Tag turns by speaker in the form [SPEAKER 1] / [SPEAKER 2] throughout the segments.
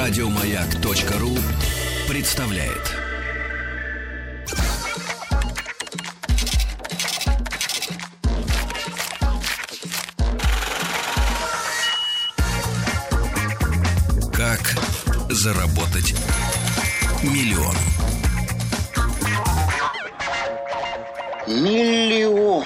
[SPEAKER 1] Радиомаяк.ру представляет. Как заработать миллион?
[SPEAKER 2] Миллион.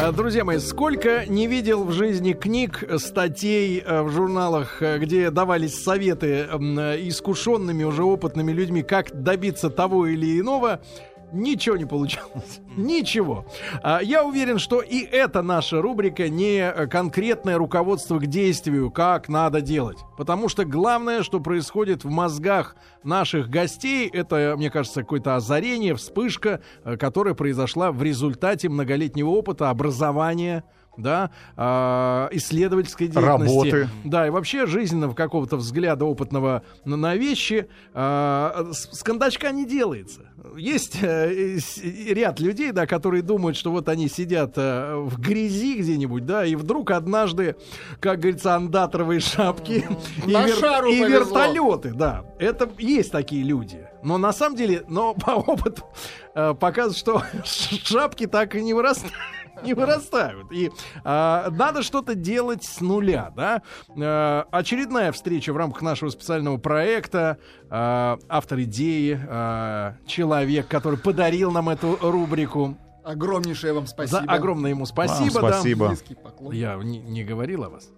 [SPEAKER 3] А, Друзья мои, сколько не видел в жизни книг, статей э, в журналах, э, где давались советы м, э, искушенными, уже опытными людьми, как добиться того или иного, ничего не получалось. Ничего. А, Я уверен, что и эта наша рубрика не э, конкретное руководство к действию, как надо делать. Потому что главное, что происходит в мозгах наших гостей, это, мне кажется, какое-то озарение, вспышка, э, которая произошла в результате многолетнего опыта образования, да, а, исследовательской деятельности.
[SPEAKER 4] Работы.
[SPEAKER 3] Да, и вообще жизненного какого-то взгляда опытного на, на вещи а, с, с кондачка не делается. Есть э, с- ряд людей, да, которые думают, что вот они сидят э, в грязи где-нибудь, да, и вдруг однажды, как говорится, андаторовые шапки и,
[SPEAKER 4] На шару
[SPEAKER 3] и
[SPEAKER 4] повезло.
[SPEAKER 3] вертолеты, да. Это есть такие люди. Но на самом деле, но по опыту э, показывает, что шапки так и не вырастают. Не вырастают. И а, надо что-то делать с нуля, да? Э, очередная встреча в рамках нашего специального проекта. а, автор идеи, а, человек, который подарил нам эту рубрику.
[SPEAKER 4] Огромнейшее вам спасибо.
[SPEAKER 3] За огромное ему спасибо.
[SPEAKER 5] Вам
[SPEAKER 3] да.
[SPEAKER 5] спасибо.
[SPEAKER 4] Низкий поклон.
[SPEAKER 3] Я не, не говорил о вас.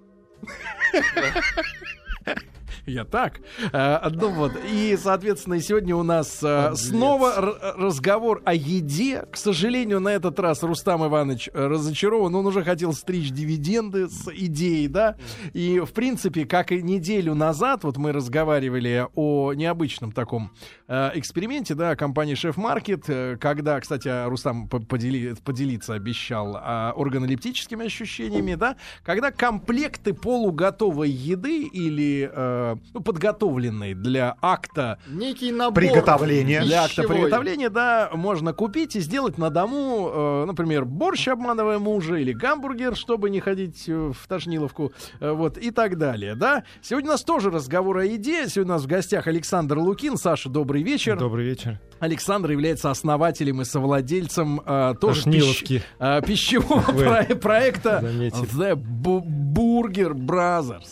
[SPEAKER 3] Я так. Э, Ну вот. И, соответственно, и сегодня у нас э,
[SPEAKER 4] Подлец.
[SPEAKER 3] снова р- разговор о еде. К сожалению, на этот раз Рустам Иванович э, разочарован. Он уже хотел стричь дивиденды с идеей, да. И, в принципе, как и неделю назад, вот мы разговаривали о необычном таком э, эксперименте, да, компании Шеф-Маркет, э, когда, кстати, а, Рустам по- подели- поделиться обещал а, органолептическими ощущениями, да, когда комплекты полуготовой еды или э, ну, подготовленной для акта
[SPEAKER 4] Некий набор.
[SPEAKER 5] Приготовление.
[SPEAKER 3] для акта
[SPEAKER 4] пищевой.
[SPEAKER 3] приготовления, да, можно купить и сделать на дому, э, например, борщ, обманывая мужа, или гамбургер, чтобы не ходить э, в Тошниловку, э, вот, и так далее, да. Сегодня у нас тоже разговор о еде, сегодня у нас в гостях Александр Лукин. Саша, добрый вечер.
[SPEAKER 6] Добрый вечер.
[SPEAKER 3] Александр является основателем и совладельцем э, тоже
[SPEAKER 6] Тошниловки.
[SPEAKER 3] пищ- э, пищевого
[SPEAKER 6] Вы
[SPEAKER 3] про- проекта
[SPEAKER 6] заметили.
[SPEAKER 3] The Bu- Burger Brothers.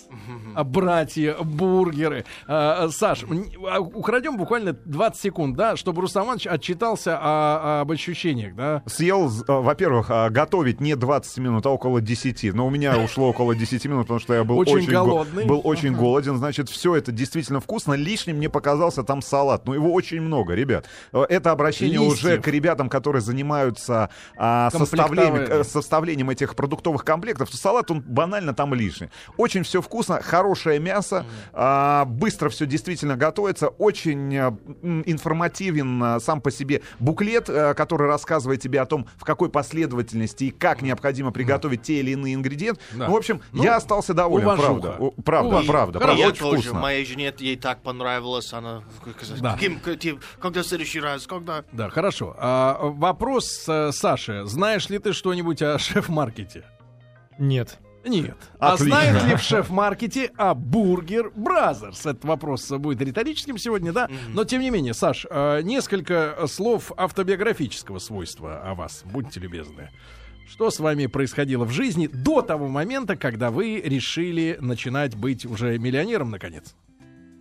[SPEAKER 3] А, Братья бургеры. Э, э, Саш, м, а, украдем буквально 20 секунд, да, чтобы Рустам Иванович отчитался о- об ощущениях, да?
[SPEAKER 5] Съел, з- э, во-первых, э, готовить не 20 минут, а около 10. Но у меня ушло около 10 минут, потому что я был
[SPEAKER 3] Очень
[SPEAKER 5] очень, го-
[SPEAKER 3] голодный.
[SPEAKER 5] был очень голоден. Значит, все это действительно вкусно. Лишним мне показался там салат. Но его очень много, ребят. Э, Это обращение
[SPEAKER 3] Листьев.
[SPEAKER 5] уже к ребятам, которые занимаются а, составлением,
[SPEAKER 3] Комплектование.
[SPEAKER 5] э, составлением этих продуктовых комплектов. Салат, он банально там лишний. Очень все вкусно, хорошее мясо, а, быстро все действительно готовится, очень а, м, информативен а, сам по себе буклет, а, который рассказывает тебе о том, в какой последовательности и как необходимо приготовить те или иные ингредиенты.
[SPEAKER 3] Да.
[SPEAKER 5] Ну, в общем,
[SPEAKER 3] Ну,
[SPEAKER 5] я остался доволен,
[SPEAKER 3] уважуха.
[SPEAKER 5] правда. О, Правда,
[SPEAKER 3] Уважуха.
[SPEAKER 5] Ну, правда,
[SPEAKER 3] Хорошо.
[SPEAKER 5] правда,
[SPEAKER 2] Я
[SPEAKER 5] очень
[SPEAKER 2] тоже.
[SPEAKER 5] вкусно.
[SPEAKER 2] Моей жене ей так понравилось. Она как сказать,
[SPEAKER 3] Да.
[SPEAKER 2] «Ким, к- тип, когда в следующий раз, когда...
[SPEAKER 3] Да, хорошо. А, вопрос э, Саше. Знаешь ли ты что-нибудь о шеф-маркете?
[SPEAKER 6] Нет.
[SPEAKER 3] Нет. А
[SPEAKER 5] Отлично.
[SPEAKER 3] знает ли в шеф-маркете о Бургер Бразерс? Этот вопрос будет риторическим сегодня, да? Но тем не менее, Саш, э, несколько слов автобиографического свойства о вас. Будьте любезны. Что с вами происходило в жизни до того момента, когда вы решили начинать быть уже миллионером, наконец?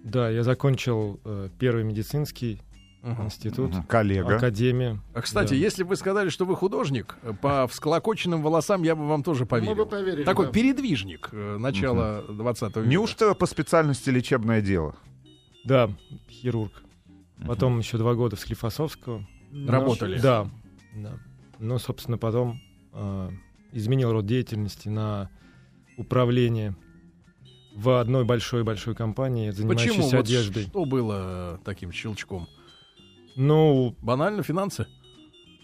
[SPEAKER 6] Да, я закончил э, первый медицинский институт,
[SPEAKER 5] Мгм. Коллега.
[SPEAKER 6] академия.
[SPEAKER 3] А, Кстати,
[SPEAKER 6] Да.
[SPEAKER 3] если бы вы сказали, что вы художник, э, по всклокоченным волосам я бы вам тоже поверил.
[SPEAKER 4] Мы бы Ну, поверили.
[SPEAKER 3] Такой
[SPEAKER 4] да.
[SPEAKER 3] передвижник э, начала 20 века.
[SPEAKER 5] Неужто по специальности лечебное дело?
[SPEAKER 6] Да, хирург. Потом еще два года в Склифосовского.
[SPEAKER 3] Ну, Работали.
[SPEAKER 6] Да. да. Ну, собственно, потом э, изменил род деятельности на управление в одной большой-большой компании, занимающейся
[SPEAKER 3] Почему? Вот
[SPEAKER 6] одеждой.
[SPEAKER 3] что было э, таким щелчком?
[SPEAKER 6] Ну,
[SPEAKER 3] Банально финансы?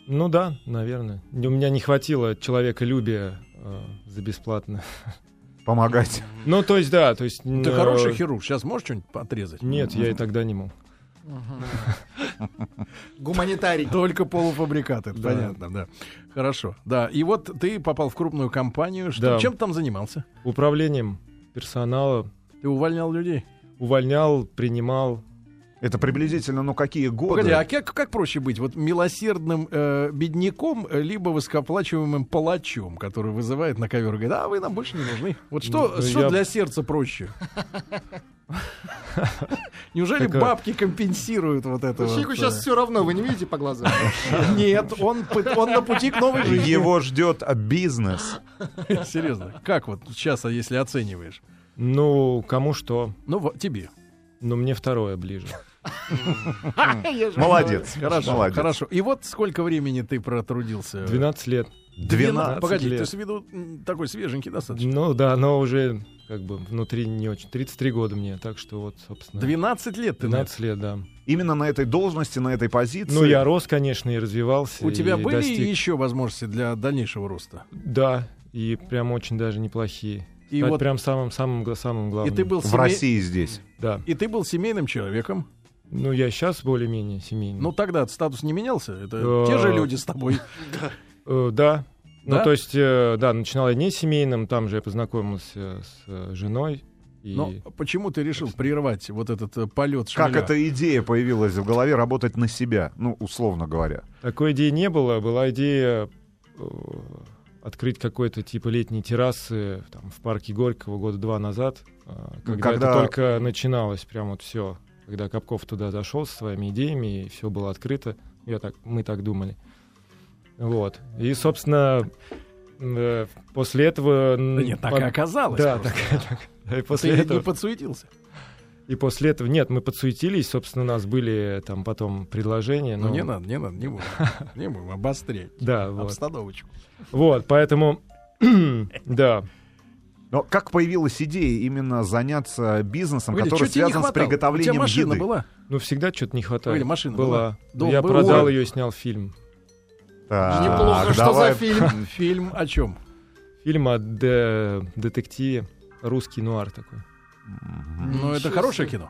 [SPEAKER 6] ну да, наверное. У меня не хватило человеколюбия э, за бесплатно.
[SPEAKER 5] Помогать.
[SPEAKER 6] Ну, то есть, да, то есть...
[SPEAKER 3] Ты
[SPEAKER 6] э,
[SPEAKER 3] хороший хирург, сейчас можешь что-нибудь отрезать?
[SPEAKER 6] Нет, я и тогда не мог.
[SPEAKER 4] Гуманитарий.
[SPEAKER 3] Только полуфабрикаты, это
[SPEAKER 6] Да.
[SPEAKER 3] понятно, да. Хорошо, да. И вот ты попал в крупную компанию. Что,
[SPEAKER 6] Да.
[SPEAKER 3] Чем ты там занимался?
[SPEAKER 6] Управлением персонала
[SPEAKER 3] Ты увольнял людей?
[SPEAKER 6] увольнял, принимал.
[SPEAKER 5] Это приблизительно, ну какие годы?
[SPEAKER 3] Погоди, а как, как проще быть? Вот милосердным э, бедняком, э, либо высокоплачиваемым палачом, который вызывает на ковер и говорит, а вы нам больше не нужны. Вот что,
[SPEAKER 6] Ну,
[SPEAKER 3] что
[SPEAKER 6] я-
[SPEAKER 3] для сердца проще? Неужели
[SPEAKER 6] Так, э,
[SPEAKER 3] бабки компенсируют вот это? вот,
[SPEAKER 4] Чику
[SPEAKER 3] э?
[SPEAKER 4] сейчас все равно, вы не видите по глазам.
[SPEAKER 3] Нет, он, пы- он на пути к новой жизни.
[SPEAKER 5] Его ждет бизнес.
[SPEAKER 3] Серьезно. Как вот сейчас, а если оцениваешь?
[SPEAKER 6] Ну, кому что,
[SPEAKER 3] Ну, во- тебе.
[SPEAKER 6] но мне второе ближе.
[SPEAKER 5] Молодец.
[SPEAKER 3] Хорошо,
[SPEAKER 5] молодец.
[SPEAKER 3] хорошо. И вот сколько времени ты протрудился?
[SPEAKER 6] 12 лет.
[SPEAKER 5] 12.
[SPEAKER 3] Погоди,
[SPEAKER 6] лет.
[SPEAKER 3] ты с виду м, такой свеженький достаточно.
[SPEAKER 6] Ну да, но уже как бы внутри не очень. 33 года мне, так что вот, собственно.
[SPEAKER 3] 12 лет ты на
[SPEAKER 6] 12 лет, да.
[SPEAKER 5] Именно на этой должности, на этой позиции.
[SPEAKER 6] Ну, я рос, конечно, и развивался.
[SPEAKER 3] У тебя
[SPEAKER 6] и
[SPEAKER 3] были
[SPEAKER 6] достиг-
[SPEAKER 3] еще возможности для дальнейшего роста?
[SPEAKER 6] Да, и прям очень даже неплохие.
[SPEAKER 3] И
[SPEAKER 6] И
[SPEAKER 3] вот-
[SPEAKER 6] вот прям самым самым гла- самым
[SPEAKER 3] И
[SPEAKER 6] главным.
[SPEAKER 3] ты был
[SPEAKER 5] в
[SPEAKER 3] семей-
[SPEAKER 5] России здесь.
[SPEAKER 6] Да.
[SPEAKER 3] И ты был семейным человеком.
[SPEAKER 6] Ну я сейчас более-менее семейный.
[SPEAKER 3] Ну тогда статус не менялся. Это
[SPEAKER 6] Да.
[SPEAKER 3] те же люди с тобой.
[SPEAKER 6] Э,
[SPEAKER 3] Да?
[SPEAKER 6] да. Ну то есть, э, да, начинал я не семейным, там же я познакомился с э, женой. И...
[SPEAKER 3] Но почему ты решил прервать вот этот э, полет
[SPEAKER 5] Как
[SPEAKER 3] шмеля?
[SPEAKER 5] эта идея появилась в голове работать на себя, ну, условно говоря.
[SPEAKER 6] Такой идеи не было. Была идея э, открыть какой-то типа летней террасы там, в парке Горького года два назад, э,
[SPEAKER 3] Ну,
[SPEAKER 6] когда,
[SPEAKER 5] когда-
[SPEAKER 6] это только начиналось прям вот все. Когда Капков туда зашел со своими идеями, и все было открыто. Я так, мы так думали. Вот. И, собственно, э, после этого...
[SPEAKER 3] Да нет, так и оказалось.
[SPEAKER 6] Да,
[SPEAKER 3] просто.
[SPEAKER 6] так- так. И после
[SPEAKER 3] Ты
[SPEAKER 6] этого...
[SPEAKER 3] не подсуетился.
[SPEAKER 6] И после этого... Нет, мы подсуетились, собственно, у нас были там потом предложения.
[SPEAKER 3] Ну
[SPEAKER 6] но-
[SPEAKER 3] не надо, не надо, не будем. Не будем обострять
[SPEAKER 6] Да, вот.
[SPEAKER 3] обстановочку.
[SPEAKER 6] Вот, поэтому, да,
[SPEAKER 5] Но как появилась идея именно заняться бизнесом,
[SPEAKER 3] Погоди,
[SPEAKER 5] который
[SPEAKER 3] чё тебе не
[SPEAKER 5] связан с
[SPEAKER 3] хватало? У тебя
[SPEAKER 5] приготовлением
[SPEAKER 3] машина
[SPEAKER 5] еды?
[SPEAKER 3] была?
[SPEAKER 6] ну всегда что-то не хватает.
[SPEAKER 3] Или машина была?
[SPEAKER 6] была.
[SPEAKER 3] Дом
[SPEAKER 6] Я
[SPEAKER 3] был?
[SPEAKER 6] продал
[SPEAKER 3] Ой.
[SPEAKER 6] ее, снял фильм.
[SPEAKER 5] Так,
[SPEAKER 4] Неплохо, что
[SPEAKER 5] давай.
[SPEAKER 4] за фильм?
[SPEAKER 3] Фильм о чем?
[SPEAKER 6] Фильм о де- детективе, русский нуар такой.
[SPEAKER 5] Мгм.
[SPEAKER 3] Ну это
[SPEAKER 4] Ничего
[SPEAKER 3] хорошее
[SPEAKER 4] себе.
[SPEAKER 3] кино.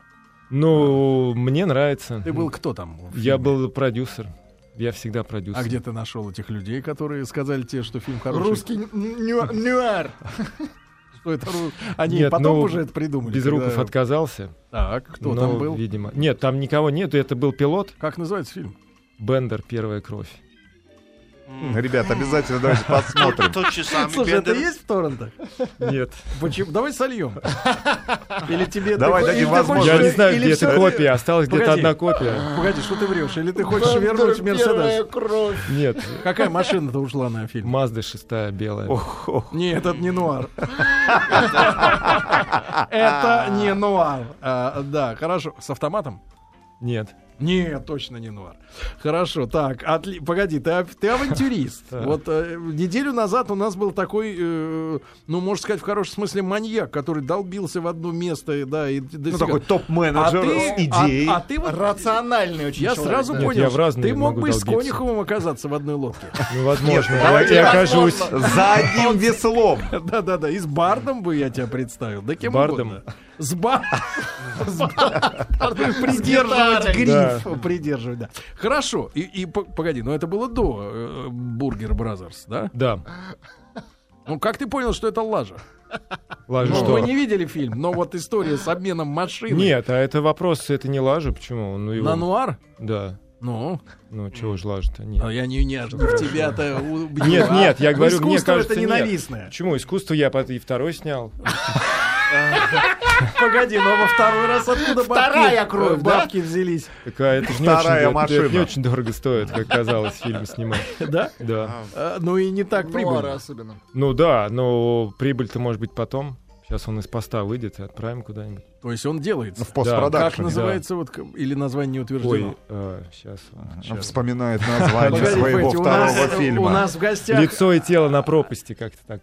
[SPEAKER 6] Ну, мне нравится.
[SPEAKER 3] А. Ты был кто там? в
[SPEAKER 6] Я
[SPEAKER 3] фильме?
[SPEAKER 6] был продюсер. Я всегда продюсер.
[SPEAKER 3] А где ты нашел этих людей, которые сказали тебе, что фильм хороший?
[SPEAKER 4] Русский ню- ню- нюар.
[SPEAKER 3] Что это ру- Они
[SPEAKER 6] Нет,
[SPEAKER 3] потом
[SPEAKER 6] ну,
[SPEAKER 3] уже это придумали.
[SPEAKER 6] Без
[SPEAKER 3] когда-
[SPEAKER 6] руков отказался.
[SPEAKER 3] Так, кто
[SPEAKER 6] но,
[SPEAKER 3] там был?
[SPEAKER 6] Видимо. Нет, там никого нету. Это был пилот
[SPEAKER 3] Как называется фильм?
[SPEAKER 6] Бендер Первая кровь.
[SPEAKER 5] Ребят, обязательно давайте посмотрим.
[SPEAKER 2] Тот часами Бендер.
[SPEAKER 3] в торрентах?
[SPEAKER 6] Нет.
[SPEAKER 3] Почему? Давай сольем. Или тебе...
[SPEAKER 5] Давай
[SPEAKER 3] ты-
[SPEAKER 5] дадим
[SPEAKER 3] или ты
[SPEAKER 5] возможность.
[SPEAKER 3] хочешь-
[SPEAKER 6] Я не знаю,
[SPEAKER 3] или
[SPEAKER 6] где
[SPEAKER 3] всё-
[SPEAKER 6] эта копия. Осталась где-то
[SPEAKER 3] Погоди.
[SPEAKER 6] одна копия.
[SPEAKER 3] Погоди, что ты врешь? Или ты хочешь вернуть
[SPEAKER 4] Первая
[SPEAKER 3] Мерседес?
[SPEAKER 4] кровь.
[SPEAKER 6] Нет.
[SPEAKER 3] Какая машина-то ушла на фильм?
[SPEAKER 6] Мазда шестая белая.
[SPEAKER 5] Ох, ох.
[SPEAKER 3] Нет, это не нуар. Это не нуар. А, Да, хорошо. С автоматом?
[SPEAKER 6] Нет.
[SPEAKER 3] Нет, точно не нуар. Хорошо, так, отли- погоди, ты, ав- ты авантюрист.
[SPEAKER 6] Так.
[SPEAKER 3] Вот э, неделю назад у нас был такой, э, ну, можно сказать, в хорошем смысле маньяк, который долбился в одно место, и, да, и
[SPEAKER 5] Ну,
[SPEAKER 3] достигал.
[SPEAKER 5] такой топ-менеджер
[SPEAKER 3] А
[SPEAKER 5] с
[SPEAKER 3] ты-
[SPEAKER 5] идеей.
[SPEAKER 3] а- а ты вот-
[SPEAKER 4] Рациональный очень
[SPEAKER 3] я
[SPEAKER 4] человек,
[SPEAKER 3] сразу
[SPEAKER 4] да.
[SPEAKER 6] Нет,
[SPEAKER 3] понял,
[SPEAKER 6] я в разные
[SPEAKER 3] ты мог
[SPEAKER 6] могу
[SPEAKER 3] бы и с
[SPEAKER 6] долбиться.
[SPEAKER 3] Конюховым оказаться в одной лодке.
[SPEAKER 6] Ну, возможно. Я,
[SPEAKER 4] Давайте,
[SPEAKER 6] я окажусь.
[SPEAKER 4] возможно.
[SPEAKER 5] За одним веслом.
[SPEAKER 3] Да-да-да, и с Бардом бы я тебя представил, да кем
[SPEAKER 6] Бардом?
[SPEAKER 3] угодно. С Бардом. Придерживать гриф. Придерживать, да. Хорошо, и- и по- погоди, но это было до Бургер Бразерс, да?
[SPEAKER 6] Да.
[SPEAKER 3] Ну, как ты понял, что это лажа?
[SPEAKER 6] Лажа
[SPEAKER 3] Ну,
[SPEAKER 6] что?
[SPEAKER 3] вы не видели фильм, но вот история с обменом машины
[SPEAKER 6] Нет, а это вопрос, это не лажа, почему? Ну, его...
[SPEAKER 3] на нуар?
[SPEAKER 6] Да.
[SPEAKER 3] Ну,
[SPEAKER 6] Ну, чего же лажа-то?
[SPEAKER 3] а
[SPEAKER 6] Нет.
[SPEAKER 3] я не, не, не в тебя-то убью,
[SPEAKER 6] Нет,
[SPEAKER 3] а?
[SPEAKER 6] нет, я
[SPEAKER 3] Ну,
[SPEAKER 6] говорю, мне
[SPEAKER 3] искусство
[SPEAKER 6] кажется,
[SPEAKER 3] это
[SPEAKER 6] нет.
[SPEAKER 3] ненавистное.
[SPEAKER 6] Почему? Искусство я пот- и второй снял.
[SPEAKER 3] Погоди, но во второй раз откуда
[SPEAKER 4] Вторая
[SPEAKER 3] бабки,
[SPEAKER 4] кровь,
[SPEAKER 3] э,
[SPEAKER 4] да?
[SPEAKER 3] бабки взялись?
[SPEAKER 6] Такая, а это же не,
[SPEAKER 5] Вторая
[SPEAKER 6] очень, дор- это
[SPEAKER 5] машина.
[SPEAKER 6] не очень дорого стоит, как казалось, фильм снимать.
[SPEAKER 3] Да?
[SPEAKER 6] Да.
[SPEAKER 3] А, Ну и не так
[SPEAKER 4] Нуара
[SPEAKER 3] прибыльно.
[SPEAKER 4] особенно.
[SPEAKER 6] Ну да, но прибыль-то может быть потом. Сейчас он из поста выйдет и отправим куда-нибудь.
[SPEAKER 3] То есть он делается.
[SPEAKER 6] Ну,
[SPEAKER 5] В
[SPEAKER 3] Как
[SPEAKER 5] постпродакшене.
[SPEAKER 3] называется, вот, к- или название не утверждено?
[SPEAKER 6] Ой, э, сейчас.
[SPEAKER 5] Вспоминает название
[SPEAKER 3] Погоди,
[SPEAKER 5] своего
[SPEAKER 3] погоди, у нас-
[SPEAKER 5] второго
[SPEAKER 3] У
[SPEAKER 5] фильма.
[SPEAKER 3] нас в гостях
[SPEAKER 6] Лицо и тело на пропасти как-то так.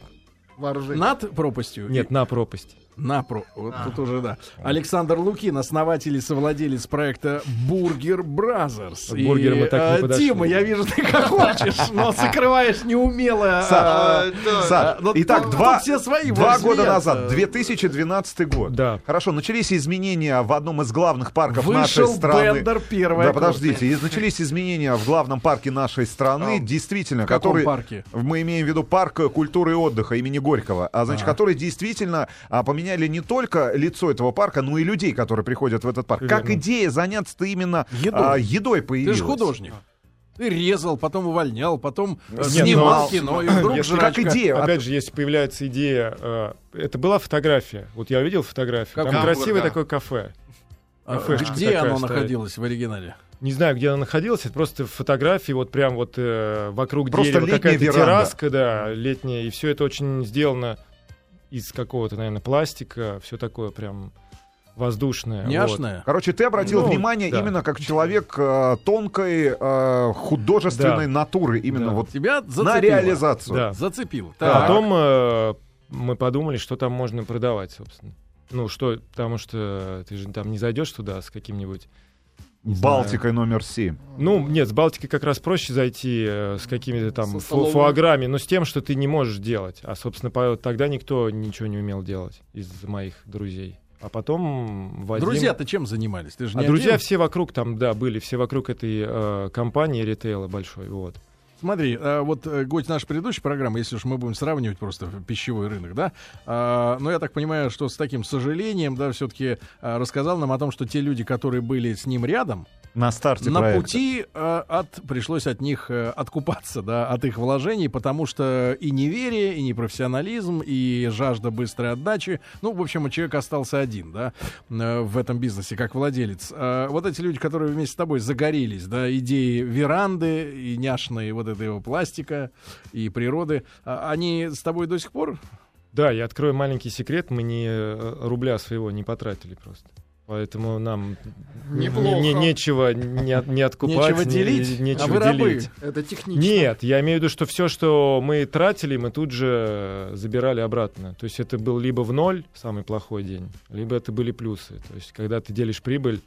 [SPEAKER 4] Вооружение.
[SPEAKER 3] над пропастью?
[SPEAKER 6] Нет, на пропасти.
[SPEAKER 3] Напро. Вот тут уже да. Александр Лукин, основатель и совладелец проекта Бургер Бразерс. э,
[SPEAKER 6] К бургеру мы так не подошли.
[SPEAKER 3] Тима, я вижу, ты как хочешь, но закрываешь неумело.
[SPEAKER 5] Са-
[SPEAKER 3] а,
[SPEAKER 5] Саш,
[SPEAKER 3] а, ну,
[SPEAKER 5] э, итак,
[SPEAKER 3] тут-
[SPEAKER 5] два,
[SPEAKER 3] тут все свои
[SPEAKER 5] два
[SPEAKER 3] будут
[SPEAKER 5] года
[SPEAKER 3] смеяться.
[SPEAKER 5] назад, 2012 год.
[SPEAKER 6] Да.
[SPEAKER 5] Хорошо, начались изменения в одном из главных парков
[SPEAKER 3] Вышел
[SPEAKER 5] нашей страны.
[SPEAKER 3] Бендер первая
[SPEAKER 5] Да, подождите, из- начались изменения в главном парке нашей страны, действительно,
[SPEAKER 3] А, в каком
[SPEAKER 5] который...
[SPEAKER 3] парке?
[SPEAKER 5] Мы имеем в виду парк э, культуры и отдыха имени Горького, а, значит, который действительно а, поменяли не только лицо этого парка, но и людей, которые приходят в этот парк. Как
[SPEAKER 6] Верно.
[SPEAKER 5] идея заняться-то именно
[SPEAKER 3] Едой.
[SPEAKER 5] а, едой
[SPEAKER 3] Ты
[SPEAKER 5] появилась.
[SPEAKER 3] же художник. Ты резал, потом увольнял, потом э,
[SPEAKER 6] Нет,
[SPEAKER 3] снимал
[SPEAKER 6] ну,
[SPEAKER 3] кино, и вдруг
[SPEAKER 6] если
[SPEAKER 5] Как
[SPEAKER 3] жрачка.
[SPEAKER 5] идея. а
[SPEAKER 6] Опять же, если появляется идея, э, это была фотография. Вот я увидел фотографию.
[SPEAKER 3] Как
[SPEAKER 6] Там
[SPEAKER 2] гамбургер,
[SPEAKER 6] красивое
[SPEAKER 2] да.
[SPEAKER 6] такое кафе.
[SPEAKER 3] А,
[SPEAKER 6] кафешка
[SPEAKER 3] Где
[SPEAKER 6] такая
[SPEAKER 3] оно
[SPEAKER 6] стоит.
[SPEAKER 3] находилось в оригинале?
[SPEAKER 6] Не знаю, где она находилась, это просто фотографии, вот прям вот э, вокруг
[SPEAKER 5] Просто
[SPEAKER 6] дерева
[SPEAKER 5] летняя
[SPEAKER 6] какая-то
[SPEAKER 5] веранда.
[SPEAKER 6] терраска, да, летняя, и все это очень сделано из какого-то, наверное, пластика, все такое прям воздушное. вот.
[SPEAKER 3] Няшное?
[SPEAKER 5] Короче, ты обратил
[SPEAKER 6] Ну,
[SPEAKER 5] внимание
[SPEAKER 6] да.
[SPEAKER 5] именно как человек э, тонкой э, художественной
[SPEAKER 6] Да.
[SPEAKER 5] натуры, именно
[SPEAKER 6] Да.
[SPEAKER 5] вот
[SPEAKER 3] Тебя зацепило.
[SPEAKER 5] на реализацию.
[SPEAKER 6] Да.
[SPEAKER 3] Зацепило.
[SPEAKER 6] А
[SPEAKER 3] Так.
[SPEAKER 6] Потом э, мы подумали, что там можно продавать, собственно. Ну что, потому что ты же там не зайдешь туда с каким-нибудь... не знаю.
[SPEAKER 5] Балтикой номер 7.
[SPEAKER 6] Ну, нет, с Балтикой как раз проще зайти э, с какими-то там
[SPEAKER 4] Со
[SPEAKER 6] фу-
[SPEAKER 4] столовыми.
[SPEAKER 6] фуаграми, но с тем, что ты не можешь делать. А, собственно, по- тогда никто ничего не умел делать из моих друзей. А потом Вадим...
[SPEAKER 3] Друзья-то чем занимались? Ты же
[SPEAKER 6] А
[SPEAKER 3] не
[SPEAKER 6] друзья
[SPEAKER 3] один.
[SPEAKER 6] все вокруг там, да, были, все вокруг этой э, компании ритейла большой, вот.
[SPEAKER 3] Смотри, э, вот э, Готь, наша предыдущая программа, если уж мы будем сравнивать просто пищевой рынок, да, а, но я так понимаю, что с таким сожалением, да, все-таки рассказал нам о том, что те люди, которые были с ним рядом,
[SPEAKER 5] На старте
[SPEAKER 3] на
[SPEAKER 5] проекта.
[SPEAKER 3] пути э, от, пришлось от них э, откупаться, да, от их вложений, потому что и неверие, и непрофессионализм, и жажда быстрой отдачи, ну, в общем, человек остался один, да, э, в этом бизнесе, как владелец. Э, вот эти люди, которые вместе с тобой загорелись, да, идеи веранды, и няшные вот этого пластика, и природы, а, они с тобой до сих пор?
[SPEAKER 6] Да, я открою маленький секрет, мы ни э, рубля своего не потратили просто. Неплохо. Поэтому нам не,
[SPEAKER 4] Неплохо.
[SPEAKER 6] нечего не, от- не откупать.
[SPEAKER 3] Нечего
[SPEAKER 6] не-
[SPEAKER 3] делить?
[SPEAKER 6] нечего
[SPEAKER 3] а вы рабы.
[SPEAKER 6] делить.
[SPEAKER 4] Это технично.
[SPEAKER 6] Нет, я имею в виду, что все, что мы тратили, мы тут же забирали обратно. То есть это был либо в ноль самый плохой день, либо это были плюсы. То есть когда ты делишь прибыль,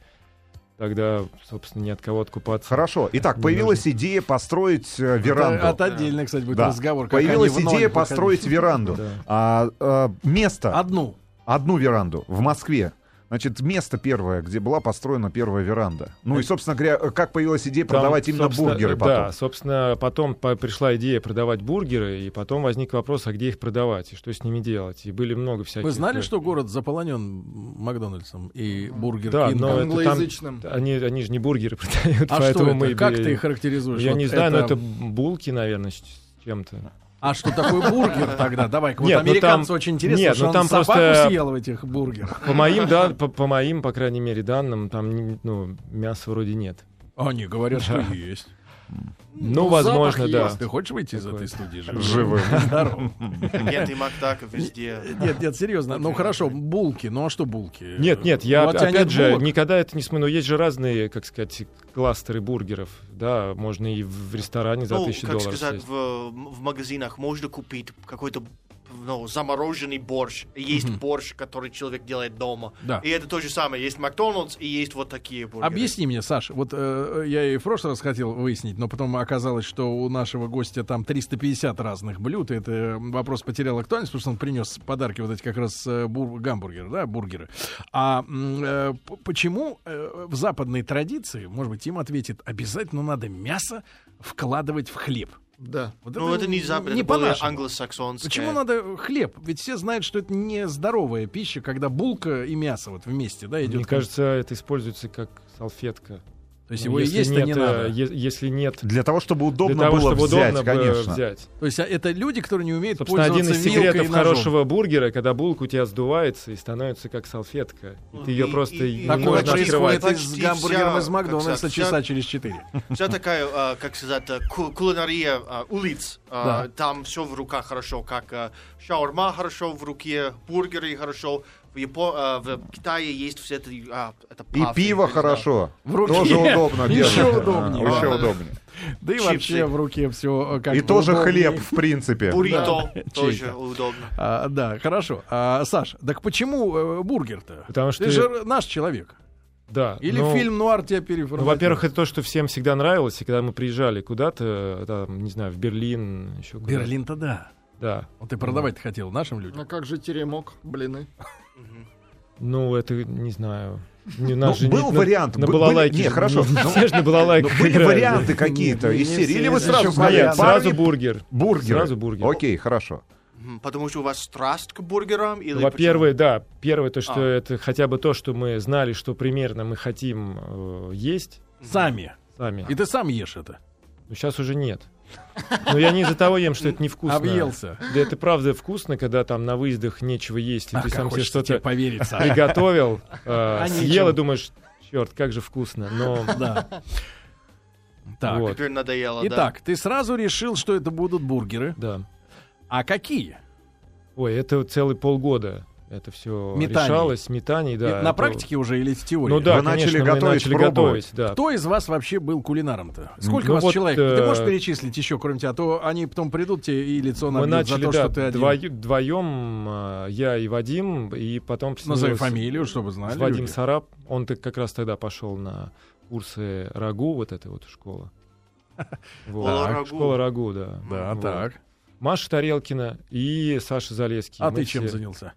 [SPEAKER 6] тогда, собственно, ни от кого откупаться.
[SPEAKER 5] Хорошо. Итак,
[SPEAKER 6] Не
[SPEAKER 5] появилась идея построить э, веранду.
[SPEAKER 6] а
[SPEAKER 3] От отдельно, кстати, будет
[SPEAKER 5] Да.
[SPEAKER 3] разговор. как
[SPEAKER 5] Появилась
[SPEAKER 3] они в ноль
[SPEAKER 5] идея
[SPEAKER 3] выходили.
[SPEAKER 5] построить веранду.
[SPEAKER 6] Да. А
[SPEAKER 5] А, э, место,
[SPEAKER 3] Одну.
[SPEAKER 5] одну веранду в Москве. Значит, место первое, где была построена первая веранда. Ну и, собственно говоря, э, как появилась идея
[SPEAKER 6] Там,
[SPEAKER 5] продавать именно
[SPEAKER 6] собственно,
[SPEAKER 5] бургеры
[SPEAKER 6] Да,
[SPEAKER 5] потом.
[SPEAKER 6] собственно, потом по- пришла идея продавать бургеры, и потом возник вопрос, а где их продавать, и что с ними делать. И были много всяких...
[SPEAKER 3] Вы знали,
[SPEAKER 6] э,
[SPEAKER 3] что город заполонен Макдональдсом и Бургер
[SPEAKER 6] Да,
[SPEAKER 3] Кингом?
[SPEAKER 6] но это там-
[SPEAKER 4] Англоязычным.
[SPEAKER 6] Они, они же не бургеры продают,
[SPEAKER 3] А
[SPEAKER 6] поэтому
[SPEAKER 3] что
[SPEAKER 6] мы...
[SPEAKER 3] это? Как
[SPEAKER 6] бе-
[SPEAKER 3] ты их характеризуешь?
[SPEAKER 6] Я
[SPEAKER 3] Вот
[SPEAKER 6] не знаю, но это булки, наверное, с с чем-то.
[SPEAKER 3] А что такое бургер тогда? Давай-ка, вот
[SPEAKER 6] Нет, ну там-
[SPEAKER 3] американцу очень интересно,
[SPEAKER 6] нет,
[SPEAKER 3] что
[SPEAKER 6] ну
[SPEAKER 3] он
[SPEAKER 6] там
[SPEAKER 3] собаку
[SPEAKER 6] просто-
[SPEAKER 3] съел в этих бургерах.
[SPEAKER 6] По моим, да, по, по моим, по крайней мере, данным, там не- ну, мяса вроде нет.
[SPEAKER 3] Они говорят, что есть.
[SPEAKER 6] Ну,
[SPEAKER 4] Ну,
[SPEAKER 6] возможно,
[SPEAKER 4] запах
[SPEAKER 6] да.
[SPEAKER 4] есть.
[SPEAKER 3] Ты хочешь выйти из
[SPEAKER 6] Такое.
[SPEAKER 3] этой студии живым?
[SPEAKER 5] Живым.
[SPEAKER 3] Здорово.
[SPEAKER 2] Нет, и Макдака везде.
[SPEAKER 3] Нет, нет, серьезно. Ну хорошо, булки. Ну а что булки?
[SPEAKER 6] Нет, нет, я
[SPEAKER 3] Ну, а у тебя
[SPEAKER 6] опять
[SPEAKER 3] нет
[SPEAKER 6] же
[SPEAKER 3] булок?
[SPEAKER 6] никогда это не смотрю. Но есть же разные, как сказать, кластеры бургеров. Да, можно и в ресторане за
[SPEAKER 2] Ну,
[SPEAKER 6] 1000
[SPEAKER 2] как
[SPEAKER 6] долларов
[SPEAKER 2] сказать,
[SPEAKER 6] съесть.
[SPEAKER 2] в, в магазинах можно купить какой-то ну, замороженный борщ. И Есть борщ, который человек делает дома.
[SPEAKER 3] Да.
[SPEAKER 2] И это то же самое. Есть Макдональдс и есть вот такие бургеры.
[SPEAKER 3] Объясни мне, Саша, вот э, я и в прошлый раз хотел выяснить, но потом оказалось, что у нашего гостя там 350 разных блюд, и это э, вопрос потерял актуальность, потому что он принес подарки вот эти как раз э, бур- гамбургеры, да, бургеры. А м, э, п- почему э, в западной традиции, может быть, им ответит, обязательно надо мясо вкладывать в хлеб?
[SPEAKER 4] Да.
[SPEAKER 3] Вот
[SPEAKER 2] Ну, это не запад, это более
[SPEAKER 3] по-нашему.
[SPEAKER 2] англосаксонское.
[SPEAKER 3] Почему надо хлеб? Ведь все знают, что это не здоровая пища, когда булка и мясо вот вместе, да, идет.
[SPEAKER 6] Мне кажется, это используется как салфетка.
[SPEAKER 3] то есть
[SPEAKER 6] Ну,
[SPEAKER 3] его и есть,
[SPEAKER 6] нет,
[SPEAKER 3] не
[SPEAKER 6] э,
[SPEAKER 3] надо.
[SPEAKER 6] е- если нет,
[SPEAKER 5] Для того, чтобы удобно
[SPEAKER 6] для того,
[SPEAKER 5] было
[SPEAKER 6] чтобы
[SPEAKER 5] взять,
[SPEAKER 6] удобно было
[SPEAKER 5] конечно.
[SPEAKER 6] взять.
[SPEAKER 3] То есть а это люди, которые не умеют
[SPEAKER 6] Собственно, один
[SPEAKER 3] пользоваться
[SPEAKER 6] из
[SPEAKER 3] вилкой и
[SPEAKER 6] секретов
[SPEAKER 3] ножом.
[SPEAKER 6] хорошего бургера, когда булка у тебя сдувается и становится как салфетка. И ты ее
[SPEAKER 2] И-
[SPEAKER 6] просто
[SPEAKER 2] и- и-
[SPEAKER 6] не
[SPEAKER 2] Такое
[SPEAKER 6] можно
[SPEAKER 3] Такое
[SPEAKER 6] открывать.
[SPEAKER 3] происходит
[SPEAKER 2] открывать.
[SPEAKER 3] и с
[SPEAKER 2] Почти
[SPEAKER 3] гамбургером
[SPEAKER 2] вся,
[SPEAKER 3] из
[SPEAKER 2] как
[SPEAKER 3] Макдональдса
[SPEAKER 2] сказать,
[SPEAKER 3] часа
[SPEAKER 2] вся-
[SPEAKER 3] через четыре.
[SPEAKER 2] Вся такая, а, как сказать, а, ку- кулинария а, улиц. А, Там все в руках хорошо, как а, шаурма хорошо в руке, бургеры хорошо. В, Япо- а, в Китае есть все это... а, это
[SPEAKER 5] И
[SPEAKER 2] пафы,
[SPEAKER 5] пиво
[SPEAKER 2] не знаю.
[SPEAKER 5] хорошо.
[SPEAKER 3] В руке.
[SPEAKER 5] Тоже удобно.
[SPEAKER 3] Еще
[SPEAKER 5] держит.
[SPEAKER 3] удобнее.
[SPEAKER 5] А, Еще
[SPEAKER 2] Ладно.
[SPEAKER 5] удобнее.
[SPEAKER 3] Да и
[SPEAKER 2] Чипсы.
[SPEAKER 3] вообще в руке все как
[SPEAKER 5] И
[SPEAKER 3] бы
[SPEAKER 5] тоже
[SPEAKER 3] удобнее.
[SPEAKER 5] хлеб, в принципе. Ну,
[SPEAKER 2] Буррито тоже
[SPEAKER 3] Чисто.
[SPEAKER 2] удобно.
[SPEAKER 3] А, да, хорошо. А, Саш, так почему э, бургер-то?
[SPEAKER 6] Потому что
[SPEAKER 3] Ты же наш человек.
[SPEAKER 6] да,
[SPEAKER 3] Или
[SPEAKER 6] ну,
[SPEAKER 3] фильм Нуар тебя
[SPEAKER 6] Ну,
[SPEAKER 3] переформатил?
[SPEAKER 6] во-первых, это то, что всем всегда нравилось, и когда мы приезжали куда-то, там, не знаю, в Берлин, еще куда-то.
[SPEAKER 3] Берлин-то да.
[SPEAKER 6] Да.
[SPEAKER 3] Вот ты продавать хотел нашим людям.
[SPEAKER 4] А как же теремок, блины?
[SPEAKER 6] Ну, это, не знаю. Не,
[SPEAKER 5] Ну,
[SPEAKER 6] нас же не-
[SPEAKER 5] был
[SPEAKER 6] на-
[SPEAKER 5] вариант.
[SPEAKER 6] На
[SPEAKER 5] бы-
[SPEAKER 6] балалайке.
[SPEAKER 5] были- Не,
[SPEAKER 6] же-
[SPEAKER 5] хорошо.
[SPEAKER 6] не
[SPEAKER 5] Ну,
[SPEAKER 6] все же на балалайках
[SPEAKER 5] ну, были
[SPEAKER 6] играли.
[SPEAKER 5] варианты какие-то
[SPEAKER 3] Не- не
[SPEAKER 5] из серии.
[SPEAKER 3] все,
[SPEAKER 5] Или вы
[SPEAKER 3] это
[SPEAKER 5] сразу
[SPEAKER 3] еще
[SPEAKER 5] сказали,
[SPEAKER 6] Нет, сразу
[SPEAKER 5] парни,
[SPEAKER 6] бургер.
[SPEAKER 5] бургеры.
[SPEAKER 6] Сразу бургер.
[SPEAKER 5] Окей, хорошо.
[SPEAKER 2] М, Потому что у вас страсть к бургерам? Или
[SPEAKER 6] Ну, Во-первых, да. Первое, то, что
[SPEAKER 2] А.
[SPEAKER 6] это хотя бы то, что мы знали, что примерно мы хотим э, есть
[SPEAKER 3] Сами.
[SPEAKER 6] сами.
[SPEAKER 3] И ты сам ешь это.
[SPEAKER 6] сейчас уже нет. Но я не из-за того ем, что это невкусно.
[SPEAKER 3] Объелся.
[SPEAKER 6] Да это правда вкусно, когда там на выездах нечего есть, и
[SPEAKER 3] Ах,
[SPEAKER 6] ты
[SPEAKER 3] как
[SPEAKER 6] сам себе
[SPEAKER 3] хочется тебе
[SPEAKER 6] что-то
[SPEAKER 3] поверить, Саша.
[SPEAKER 6] приготовил, э,
[SPEAKER 3] А
[SPEAKER 6] съел и
[SPEAKER 3] нечем.
[SPEAKER 6] думаешь, черт, как же вкусно. Но
[SPEAKER 3] Да. Так.
[SPEAKER 6] Вот.
[SPEAKER 2] Теперь надоело, да?
[SPEAKER 3] Итак, ты сразу решил, что это будут бургеры.
[SPEAKER 6] да.
[SPEAKER 3] А какие?
[SPEAKER 6] Ой, это целый полгода. Это все
[SPEAKER 3] Метаний.
[SPEAKER 6] решалось, метаний, да.
[SPEAKER 3] На
[SPEAKER 6] это-
[SPEAKER 3] практике уже или в теории?
[SPEAKER 6] Ну да,
[SPEAKER 5] Вы начали
[SPEAKER 6] конечно, мы
[SPEAKER 5] готовить,
[SPEAKER 6] начали
[SPEAKER 5] пробовать?
[SPEAKER 6] готовить, да.
[SPEAKER 3] Кто из вас вообще был кулинаром-то? Сколько
[SPEAKER 6] Ну
[SPEAKER 3] вас
[SPEAKER 6] вот,
[SPEAKER 3] человек?
[SPEAKER 6] э,
[SPEAKER 3] Ты можешь перечислить еще, кроме тебя, а то они потом придут тебе и лицо
[SPEAKER 6] Мы
[SPEAKER 3] набьют
[SPEAKER 6] начали,
[SPEAKER 3] за то, что ты
[SPEAKER 6] да,
[SPEAKER 3] один.
[SPEAKER 6] вдвоем, я и Вадим, и потом...
[SPEAKER 3] Назови
[SPEAKER 6] присоединилась-
[SPEAKER 3] фамилию, чтобы знали
[SPEAKER 6] ну, Вадим
[SPEAKER 3] люди.
[SPEAKER 6] Сараб, он так как раз тогда пошел на курсы Рагу, вот эта вот школа. Вот.
[SPEAKER 2] Школа Рагу.
[SPEAKER 6] Школа Рагу, да.
[SPEAKER 3] Да,
[SPEAKER 6] Вот.
[SPEAKER 3] так.
[SPEAKER 6] Маша Тарелкина и Саша Залеский.
[SPEAKER 3] А
[SPEAKER 6] Мы
[SPEAKER 3] ты чем
[SPEAKER 6] все-
[SPEAKER 3] занялся?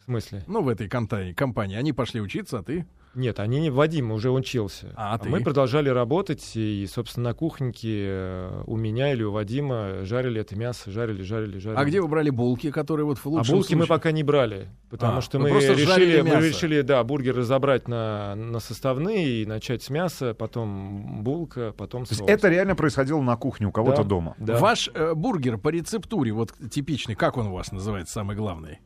[SPEAKER 6] В смысле?
[SPEAKER 3] Ну, в этой компании, компании. Они пошли учиться, а ты?
[SPEAKER 6] Нет, они не Вадим уже учился.
[SPEAKER 3] А ты?
[SPEAKER 6] мы продолжали работать, и, собственно, на кухоньке э, у меня или у Вадима жарили это мясо, жарили, жарили, жарили.
[SPEAKER 3] А где вы брали булки, которые вот в
[SPEAKER 6] А
[SPEAKER 3] лучшем
[SPEAKER 6] булки мы
[SPEAKER 3] случае-
[SPEAKER 6] пока не брали, потому
[SPEAKER 3] А,
[SPEAKER 6] что
[SPEAKER 3] вы
[SPEAKER 6] мы
[SPEAKER 3] просто жарили
[SPEAKER 6] решили, мы
[SPEAKER 3] мясо.
[SPEAKER 6] решили, да, бургер разобрать на, на составные и начать с мяса, потом булка, потом
[SPEAKER 5] То есть
[SPEAKER 6] соус.
[SPEAKER 5] это реально происходило на кухне у кого-то
[SPEAKER 6] Да.
[SPEAKER 5] дома.
[SPEAKER 6] Да.
[SPEAKER 3] Ваш э, бургер по рецептуре, вот типичный, как он у вас называется, самый главный?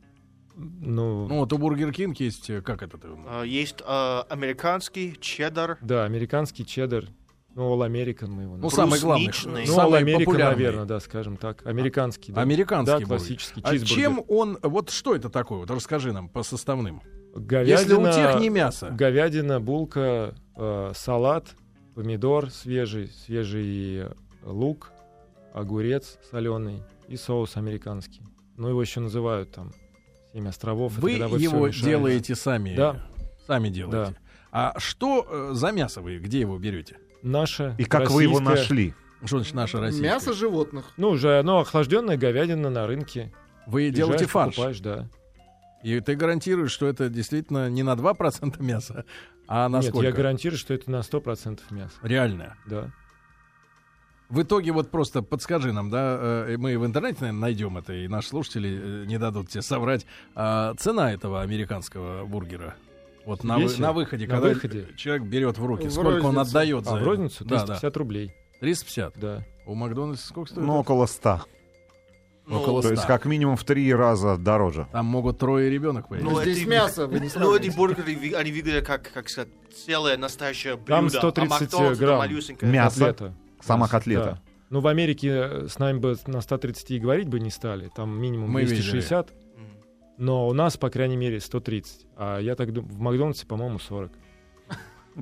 [SPEAKER 6] Ну,
[SPEAKER 3] Ну, вот у Бургер Кинг есть, э, как это?
[SPEAKER 2] А, Есть а, американский чеддер.
[SPEAKER 6] да, американский чеддер, ну, All American мы его
[SPEAKER 3] Ну,
[SPEAKER 6] называем.
[SPEAKER 3] самый главный.
[SPEAKER 2] брусничный.
[SPEAKER 6] Ну,
[SPEAKER 3] самый
[SPEAKER 6] All American,
[SPEAKER 3] популярный. А,
[SPEAKER 6] наверное, да, скажем так, американский. Да.
[SPEAKER 3] Американский
[SPEAKER 6] Да,
[SPEAKER 3] бургер.
[SPEAKER 6] классический
[SPEAKER 3] А
[SPEAKER 6] чизбургер.
[SPEAKER 3] чем он, вот что это такое? Вот расскажи нам по составным.
[SPEAKER 6] Говядина,
[SPEAKER 3] Если у тех не мясо.
[SPEAKER 6] говядина, булка, э, салат, помидор свежий, свежий э, лук, огурец соленый и соус американский. Ну, его еще называют там «Семь островов». это
[SPEAKER 3] Вы
[SPEAKER 6] когда всё
[SPEAKER 3] его
[SPEAKER 6] мешаете.
[SPEAKER 3] делаете сами.
[SPEAKER 6] Да.
[SPEAKER 3] Сами делаете. А что э, за мясо вы, где его берете?
[SPEAKER 6] Наше.
[SPEAKER 5] И как вы его
[SPEAKER 6] российское.
[SPEAKER 5] нашли?
[SPEAKER 3] Что значит наше российское?
[SPEAKER 4] Мясо животных.
[SPEAKER 6] Ну, уже оно охлажденная говядина на рынке.
[SPEAKER 3] Вы
[SPEAKER 6] Приезжаешь,
[SPEAKER 3] делаете фарш.
[SPEAKER 6] покупаешь, да.
[SPEAKER 3] И ты гарантируешь, что это действительно не на 2% мяса, а на
[SPEAKER 6] Нет,
[SPEAKER 3] сколько?
[SPEAKER 6] я гарантирую, что это на 100% мясо.
[SPEAKER 3] Реально.
[SPEAKER 6] Да.
[SPEAKER 3] В итоге вот просто подскажи нам, да, э, мы в интернете, наверное, найдем это, и наши слушатели э, не дадут тебе соврать. А цена этого американского бургера вот на, вы-
[SPEAKER 6] Весит?
[SPEAKER 3] на выходе,
[SPEAKER 6] На
[SPEAKER 3] когда
[SPEAKER 6] выходе?
[SPEAKER 3] человек берет в руки,
[SPEAKER 4] В
[SPEAKER 3] сколько он
[SPEAKER 4] розницу.
[SPEAKER 3] отдает за
[SPEAKER 6] А в
[SPEAKER 3] это?
[SPEAKER 6] розницу
[SPEAKER 3] Да, да.
[SPEAKER 6] 350 рублей.
[SPEAKER 3] 350.
[SPEAKER 6] Да.
[SPEAKER 3] У Макдональдса сколько стоит?
[SPEAKER 5] Ну, около 100.
[SPEAKER 2] Ну,
[SPEAKER 3] Около
[SPEAKER 5] То
[SPEAKER 3] 100.
[SPEAKER 5] есть как минимум в три раза дороже.
[SPEAKER 3] Там могут трое ребенок появиться.
[SPEAKER 2] Ну,
[SPEAKER 4] Здесь
[SPEAKER 2] это-
[SPEAKER 4] мясо, вы не
[SPEAKER 2] Ну, эти
[SPEAKER 4] сравните.
[SPEAKER 2] бургеры, ви- они выглядят как, как сказать, целое настоящее блюдо.
[SPEAKER 6] Там 130
[SPEAKER 2] а Макдональдс это
[SPEAKER 6] грамм.
[SPEAKER 2] малюсенькое.
[SPEAKER 5] Мя- Мясо.
[SPEAKER 6] Котлета.
[SPEAKER 5] Сама
[SPEAKER 6] Мясо,
[SPEAKER 5] котлета.
[SPEAKER 6] да. Ну, в Америке э, с нами бы на 130 и говорить бы не стали. Там минимум
[SPEAKER 3] Мы
[SPEAKER 6] 260.
[SPEAKER 2] М.
[SPEAKER 6] Но у нас, по крайней мере, 130. А я так думаю, в Макдональдсе, по-моему, 40.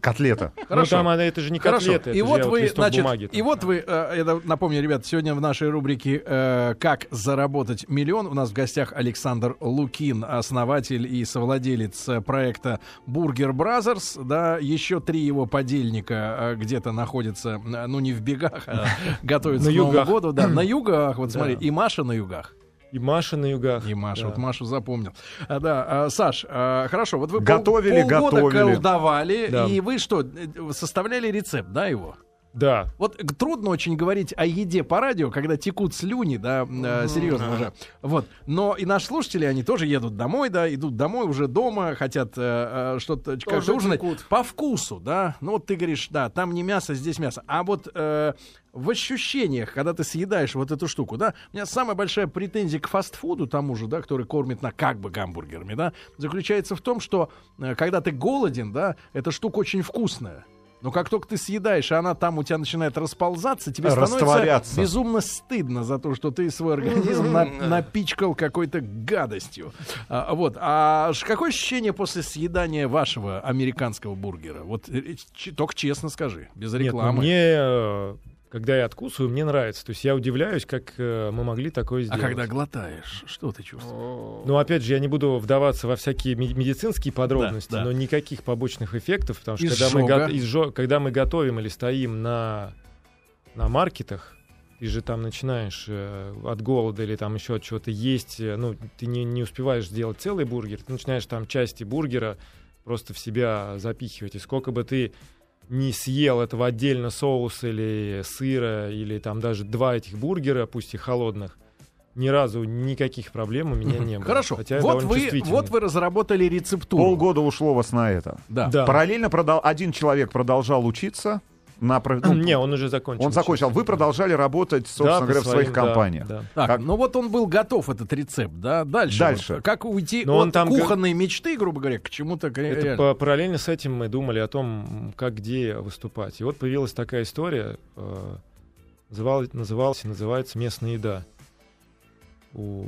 [SPEAKER 5] Котлета.
[SPEAKER 6] Ну, там она, это же не
[SPEAKER 3] Хорошо.
[SPEAKER 6] котлеты.
[SPEAKER 3] и
[SPEAKER 6] это
[SPEAKER 3] вот
[SPEAKER 6] же я
[SPEAKER 3] вы,
[SPEAKER 6] листок
[SPEAKER 3] значит,
[SPEAKER 6] бумаги
[SPEAKER 3] и
[SPEAKER 6] там.
[SPEAKER 3] вот вы, э, я дав- напомню, ребят, сегодня в нашей рубрике э, «Как заработать миллион» у нас в гостях Александр Лукин, основатель и совладелец э, проекта «Бургер Бразерс». Да, еще три его подельника э, где-то находятся, э, ну не в бегах, а готовятся
[SPEAKER 6] На
[SPEAKER 3] к Новому
[SPEAKER 6] югах.
[SPEAKER 3] году. Да, на югах, вот смотри,
[SPEAKER 6] Да.
[SPEAKER 3] и Маша на югах.
[SPEAKER 6] И Маша на югах.
[SPEAKER 3] И Маша,
[SPEAKER 6] Да.
[SPEAKER 3] вот Машу запомнил. А, да, а, Саш, а, хорошо, вот вы пол-
[SPEAKER 5] Готовили,
[SPEAKER 3] полгода
[SPEAKER 5] готовили.
[SPEAKER 3] колдовали,
[SPEAKER 6] Да.
[SPEAKER 3] и вы что, э, составляли рецепт, да, его?
[SPEAKER 6] Да.
[SPEAKER 3] Вот г- трудно очень говорить о еде по радио, когда текут слюни, да, э, серьезно уже. Вот. Но и наши слушатели, они тоже едут домой, да, идут домой уже дома, хотят э, э, что-то ч- как-то ужинать.
[SPEAKER 4] текут.
[SPEAKER 3] По вкусу, да. Ну вот ты говоришь, да, там не мясо, здесь мясо. А вот э, в ощущениях, когда ты съедаешь вот эту штуку, да, у меня самая большая претензия к фастфуду тому же, да, который кормит на как бы гамбургерами, да, заключается в том, что э, когда ты голоден, да, эта штука очень вкусная. Но как только ты съедаешь, и она там у тебя начинает расползаться, тебе становится
[SPEAKER 5] Растворяться.
[SPEAKER 3] безумно стыдно за то, что ты свой организм на- напичкал какой-то гадостью. А, вот. А ш- какое ощущение после съедания вашего американского бургера? Вот э, ч- только честно скажи, без
[SPEAKER 6] Нет, ну,
[SPEAKER 3] рекламы.
[SPEAKER 6] мне, э, когда я откусываю, мне нравится. То есть я удивляюсь, как э, мы могли такое
[SPEAKER 3] а
[SPEAKER 6] сделать.
[SPEAKER 3] когда глотаешь, что ты чувствуешь?
[SPEAKER 6] Ну, опять же, я не буду вдаваться во всякие ме- медицинские подробности,
[SPEAKER 3] да.
[SPEAKER 6] но никаких побочных эффектов, потому что когда
[SPEAKER 3] Изжога.
[SPEAKER 6] мы, го- изжо- когда мы готовим или стоим на, на маркетах, ты же там начинаешь э, от голода или там еще от чего-то есть, э, ну, ты не, не успеваешь сделать целый бургер, ты начинаешь там части бургера просто в себя запихивать. И сколько бы ты не съел этого отдельно соуса или сыра, или там даже два этих бургера, пусть и холодных, ни разу никаких проблем у меня не было.
[SPEAKER 3] Хорошо.
[SPEAKER 6] Хотя я
[SPEAKER 3] вот
[SPEAKER 6] довольно
[SPEAKER 3] вы,
[SPEAKER 6] чувствительный.
[SPEAKER 3] вот вы разработали рецептуру.
[SPEAKER 5] Полгода ушло у вас на это.
[SPEAKER 3] Да.
[SPEAKER 6] Да.
[SPEAKER 5] Параллельно продал один человек продолжал учиться на про- ну,
[SPEAKER 6] Не, он уже закончил.
[SPEAKER 5] он закончил. а Вы продолжали работать, собственно
[SPEAKER 6] Да, по
[SPEAKER 5] говоря, в своих
[SPEAKER 6] своим, да,
[SPEAKER 5] компаниях.
[SPEAKER 6] да.
[SPEAKER 3] Так,
[SPEAKER 5] Как-
[SPEAKER 3] ну вот он был готов этот рецепт, да? Дальше.
[SPEAKER 5] Дальше.
[SPEAKER 3] вот, Как уйти
[SPEAKER 6] Но он
[SPEAKER 3] от
[SPEAKER 6] там г-
[SPEAKER 3] кухонной мечты, грубо говоря, к чему-то ре-
[SPEAKER 6] Это
[SPEAKER 3] реально.
[SPEAKER 6] по- параллельно с этим мы думали о том, м, как где выступать. И вот появилась такая история, э, называл- называлась и называется «Местная еда» у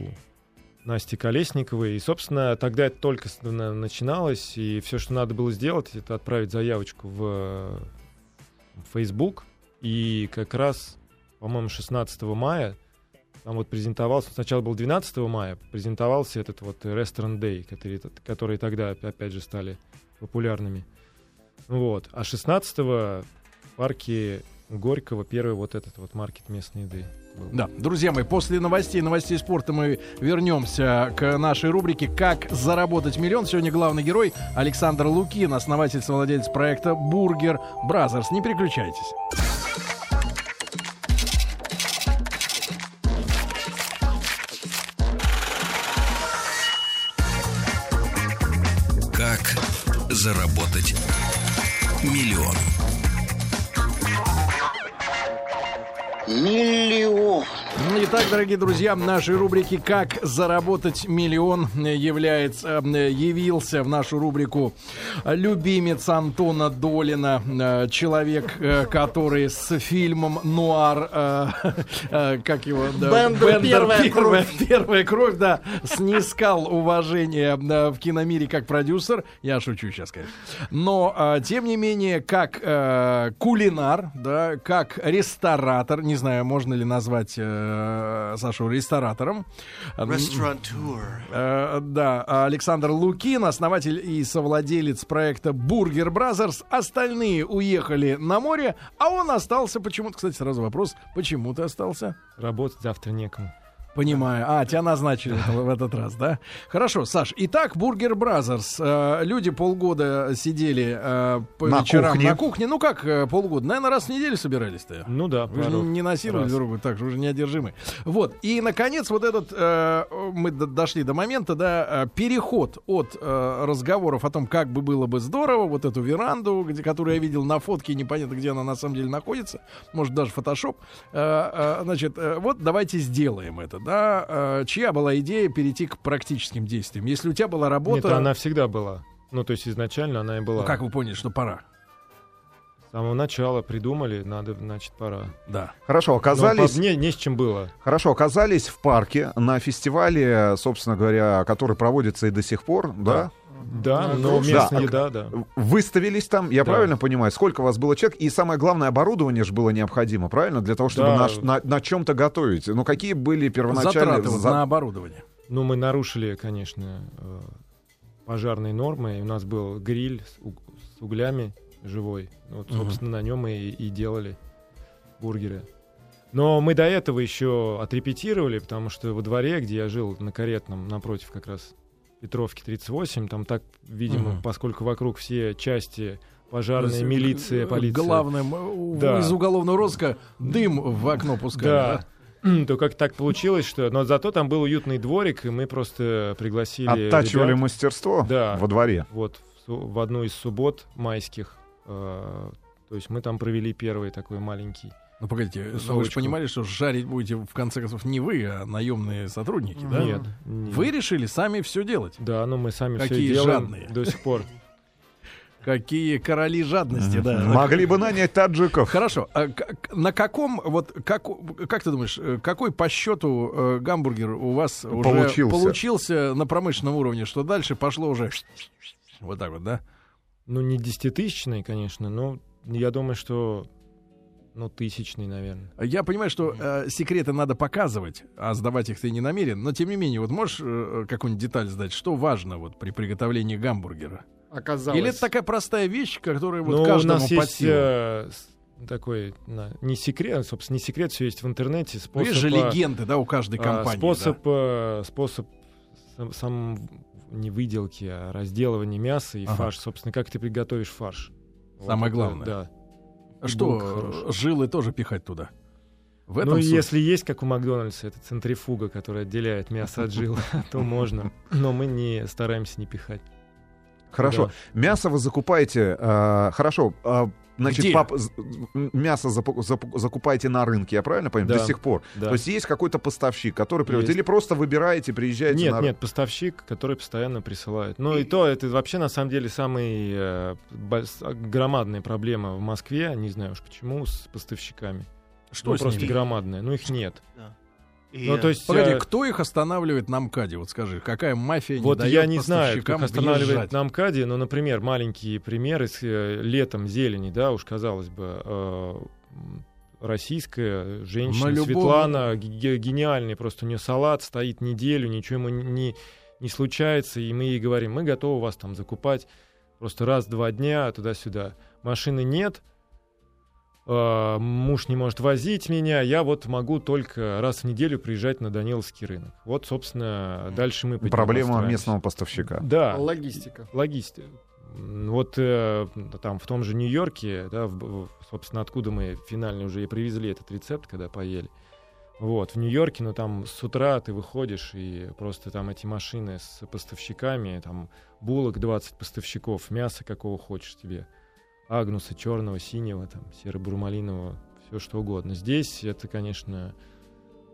[SPEAKER 6] Насти Колесниковой. И, собственно, тогда это только с- на- начиналось, и все, что надо было сделать, это отправить заявочку в э, Facebook. И как раз, по-моему, 16 мая там вот презентовался, сначала был 12 мая, презентовался этот вот Restaurant Day, который, которые тогда, опя- опять же, стали популярными. Вот. А 16 в парке Горького первый вот этот вот маркет местной еды был.
[SPEAKER 3] Да, друзья мои, после новостей, новостей спорта мы вернемся к нашей рубрике «Как заработать миллион». Сегодня главный герой Александр Лукин, основатель, совладелец проекта «Бургер Бразерс». Не переключайтесь.
[SPEAKER 1] Как заработать миллион?
[SPEAKER 3] Итак, дорогие друзья, в нашей рубрике «Как заработать миллион» является, э, явился в нашу рубрику любимец Антона Долина, э, человек, э, который с фильмом «Нуар», э, э, как его? да,
[SPEAKER 4] Бендер «Первая
[SPEAKER 3] первая, «Первая кровь», да, снискал уважение э, в киномире как продюсер. Я шучу сейчас, конечно. Но, э, тем не менее, как э, кулинар, да, как ресторатор, не знаю, можно ли назвать э, Сашу ресторатором.
[SPEAKER 2] Restaurateur.
[SPEAKER 3] Э, да, Александр Лукин, основатель и совладелец проекта Бургер Бразерс. Остальные уехали на море, а он остался почему-то. Кстати, сразу вопрос, почему ты остался?
[SPEAKER 6] Работать завтра некому.
[SPEAKER 3] Понимаю. А, тебя назначили в этом- в этот раз, да? Хорошо, Саш. Итак, Бургер Бразерс. Э, Люди полгода сидели э, по
[SPEAKER 5] На
[SPEAKER 3] вечерам
[SPEAKER 5] кухне.
[SPEAKER 3] на кухне. Ну как э, полгода? Наверное, раз в неделю собирались-то.
[SPEAKER 6] Ну да,
[SPEAKER 3] Вы же
[SPEAKER 6] пару
[SPEAKER 3] не, не насиловали
[SPEAKER 6] раз.
[SPEAKER 3] друг друга, так же уже неодержимы. Вот. И, наконец, вот этот... э, мы до- дошли до момента, да, э, переход от э, разговоров о том, как бы было бы здорово, вот эту веранду, где, которую я видел на фотке, непонятно, где она на самом деле находится, может, даже фотошоп. Э, э, значит, э, вот давайте сделаем это, да. Э, чья была идея перейти к практическим действиям? Если у тебя была работа...
[SPEAKER 6] Нет, она всегда была. Ну, то есть изначально она и была.
[SPEAKER 3] Ну, как вы поняли, что пора?
[SPEAKER 6] С самого начала придумали, надо, значит, пора.
[SPEAKER 3] Да.
[SPEAKER 5] Хорошо,
[SPEAKER 6] Но
[SPEAKER 5] оказались,
[SPEAKER 6] по- не, не с чем было.
[SPEAKER 5] хорошо, оказались в парке на фестивале, собственно говоря, который проводится и до сих пор, да?
[SPEAKER 6] Да,
[SPEAKER 4] Ну,
[SPEAKER 6] но
[SPEAKER 4] да.
[SPEAKER 6] местная
[SPEAKER 5] А-
[SPEAKER 6] еда, да.
[SPEAKER 5] Выставились там, я
[SPEAKER 6] Да.
[SPEAKER 5] правильно понимаю, сколько вас было человек, и самое главное, оборудование же было необходимо, правильно, для того, чтобы
[SPEAKER 6] Да.
[SPEAKER 5] на, ш- на, чем-то готовить. Ну, какие были первоначальные...
[SPEAKER 3] Затраты вот
[SPEAKER 5] за-
[SPEAKER 3] на оборудование.
[SPEAKER 6] Ну, мы нарушили, конечно, э, пожарные нормы. И у нас был гриль с, уг- с углями живой. Ну, Вот,
[SPEAKER 3] Мгм.
[SPEAKER 6] собственно, на нем и, и делали бургеры. Но мы до этого еще отрепетировали, потому что во дворе, где я жил, на каретном, напротив как раз Петровки 38, там так, видимо,
[SPEAKER 3] Мгм.
[SPEAKER 6] поскольку вокруг все части пожарные,
[SPEAKER 3] То есть,
[SPEAKER 6] Угу. милиция,
[SPEAKER 3] э,
[SPEAKER 6] полиция.
[SPEAKER 3] Главным э, у-
[SPEAKER 6] Да.
[SPEAKER 3] из уголовного розыска дым в окно пускали. Да.
[SPEAKER 6] Да. То как так получилось, что... Но зато там был уютный дворик, и мы просто пригласили
[SPEAKER 5] Оттачивали
[SPEAKER 6] ребят.
[SPEAKER 5] мастерство
[SPEAKER 6] Да.
[SPEAKER 5] во дворе.
[SPEAKER 6] вот в, су- в одну из суббот майских. э, то есть мы там провели первый такой маленький.
[SPEAKER 3] Ну погодите, ну, вы же
[SPEAKER 6] Совочку.
[SPEAKER 3] понимали, что жарить будете в конце концов не вы, а наемные сотрудники, да?
[SPEAKER 6] Нет, нет.
[SPEAKER 3] Вы решили сами все делать.
[SPEAKER 6] Да, ну мы сами
[SPEAKER 3] Какие
[SPEAKER 6] все делаем
[SPEAKER 3] жадные.
[SPEAKER 6] до сих пор.
[SPEAKER 3] Какие короли жадности, да.
[SPEAKER 5] Могли бы нанять таджиков.
[SPEAKER 3] Хорошо. а к- на каком вот как как ты думаешь, э, какой по счету э, гамбургер у вас уже
[SPEAKER 5] Получился.
[SPEAKER 3] получился на промышленном уровне, что дальше пошло уже вот так вот, да?
[SPEAKER 6] Ну не десятитысячный, конечно, но я думаю, что ну тысячный, наверное.
[SPEAKER 3] Я понимаю, что э, секреты надо показывать, а сдавать их ты не намерен. Но тем не менее, вот можешь э, какую-нибудь деталь сдать, что важно вот при приготовлении гамбургера?
[SPEAKER 4] Оказалось.
[SPEAKER 3] Или это такая простая вещь, которая вот
[SPEAKER 6] Ну, у
[SPEAKER 3] каждому
[SPEAKER 6] нас
[SPEAKER 3] по
[SPEAKER 6] есть
[SPEAKER 3] силам?
[SPEAKER 6] э, с- такой на- не секрет, собственно, не секрет, все есть в интернете.
[SPEAKER 3] Ну,
[SPEAKER 6] Способ,
[SPEAKER 3] Есть же
[SPEAKER 6] э,
[SPEAKER 3] легенды, да, у каждой
[SPEAKER 6] а,
[SPEAKER 3] компании.
[SPEAKER 6] способ,
[SPEAKER 3] да.
[SPEAKER 6] э, способ сам, сам не выделки, а разделывания мяса и
[SPEAKER 3] Ага.
[SPEAKER 6] фарш. Собственно, как ты приготовишь фарш.
[SPEAKER 3] Самое
[SPEAKER 6] это,
[SPEAKER 3] главное.
[SPEAKER 6] Да.
[SPEAKER 3] Что,
[SPEAKER 6] лук хороший.
[SPEAKER 3] э, жилы тоже пихать туда? В этом
[SPEAKER 6] Ну,
[SPEAKER 3] смысле.
[SPEAKER 6] если есть, как у Макдональдса, это центрифуга, которая отделяет мясо от жил, то можно. Но мы не стараемся не пихать.
[SPEAKER 5] Хорошо. Мясо вы закупаете. э, хорошо. э, значит,
[SPEAKER 6] Где?
[SPEAKER 5] пап, з- м, мясо запу- запу- закупаете на рынке, я правильно понимаю?
[SPEAKER 6] Да.
[SPEAKER 5] До сих пор.
[SPEAKER 6] Да.
[SPEAKER 5] То есть есть какой-то поставщик, который приводит.
[SPEAKER 6] Есть.
[SPEAKER 5] Или просто выбираете, приезжаете
[SPEAKER 6] Нет,
[SPEAKER 5] на рынок.
[SPEAKER 6] нет, поставщик, который постоянно присылает. Ну и то, это вообще на самом деле самая э, бос- громадная проблема в Москве, не знаю уж почему, с поставщиками.
[SPEAKER 3] Что
[SPEAKER 6] ну,
[SPEAKER 3] с
[SPEAKER 6] просто
[SPEAKER 3] ними?
[SPEAKER 6] громадная, ну их нет.
[SPEAKER 2] И,
[SPEAKER 6] Ну то есть...
[SPEAKER 3] Погоди,
[SPEAKER 6] э,
[SPEAKER 3] кто их останавливает на МКАДе? Вот скажи, какая мафия
[SPEAKER 6] Вот
[SPEAKER 3] не
[SPEAKER 6] я
[SPEAKER 3] дает
[SPEAKER 6] не знаю,
[SPEAKER 3] поставщикам
[SPEAKER 6] как останавливает
[SPEAKER 3] въезжать?
[SPEAKER 6] на МКАДе, но, например, маленькие примеры с э, летом зелени, да, уж казалось бы, э, м, российская женщина
[SPEAKER 3] На любом-
[SPEAKER 6] Светлана, ге- гениальный просто у нее салат стоит неделю, ничего ему не, не случается, и мы ей говорим, мы готовы вас там закупать просто раз-два дня туда-сюда. Машины нет, э, муж не может возить меня, я вот могу только раз в неделю приезжать на Даниловский рынок. Вот, собственно, дальше мы под него
[SPEAKER 5] Проблема
[SPEAKER 6] стараемся.
[SPEAKER 5] местного поставщика.
[SPEAKER 6] Да,
[SPEAKER 4] Логистика.
[SPEAKER 6] логистика. М, Вот э, там в том же Нью-Йорке, да, в- в- собственно, откуда мы финально уже и привезли этот рецепт, когда поели. Вот, в Нью-Йорке, но там с утра ты выходишь, и просто там эти машины с поставщиками, там булок 20 поставщиков, мясо какого хочешь тебе, агнуса черного, синего, там, серо-бурмалинового, все что угодно. Здесь это, конечно,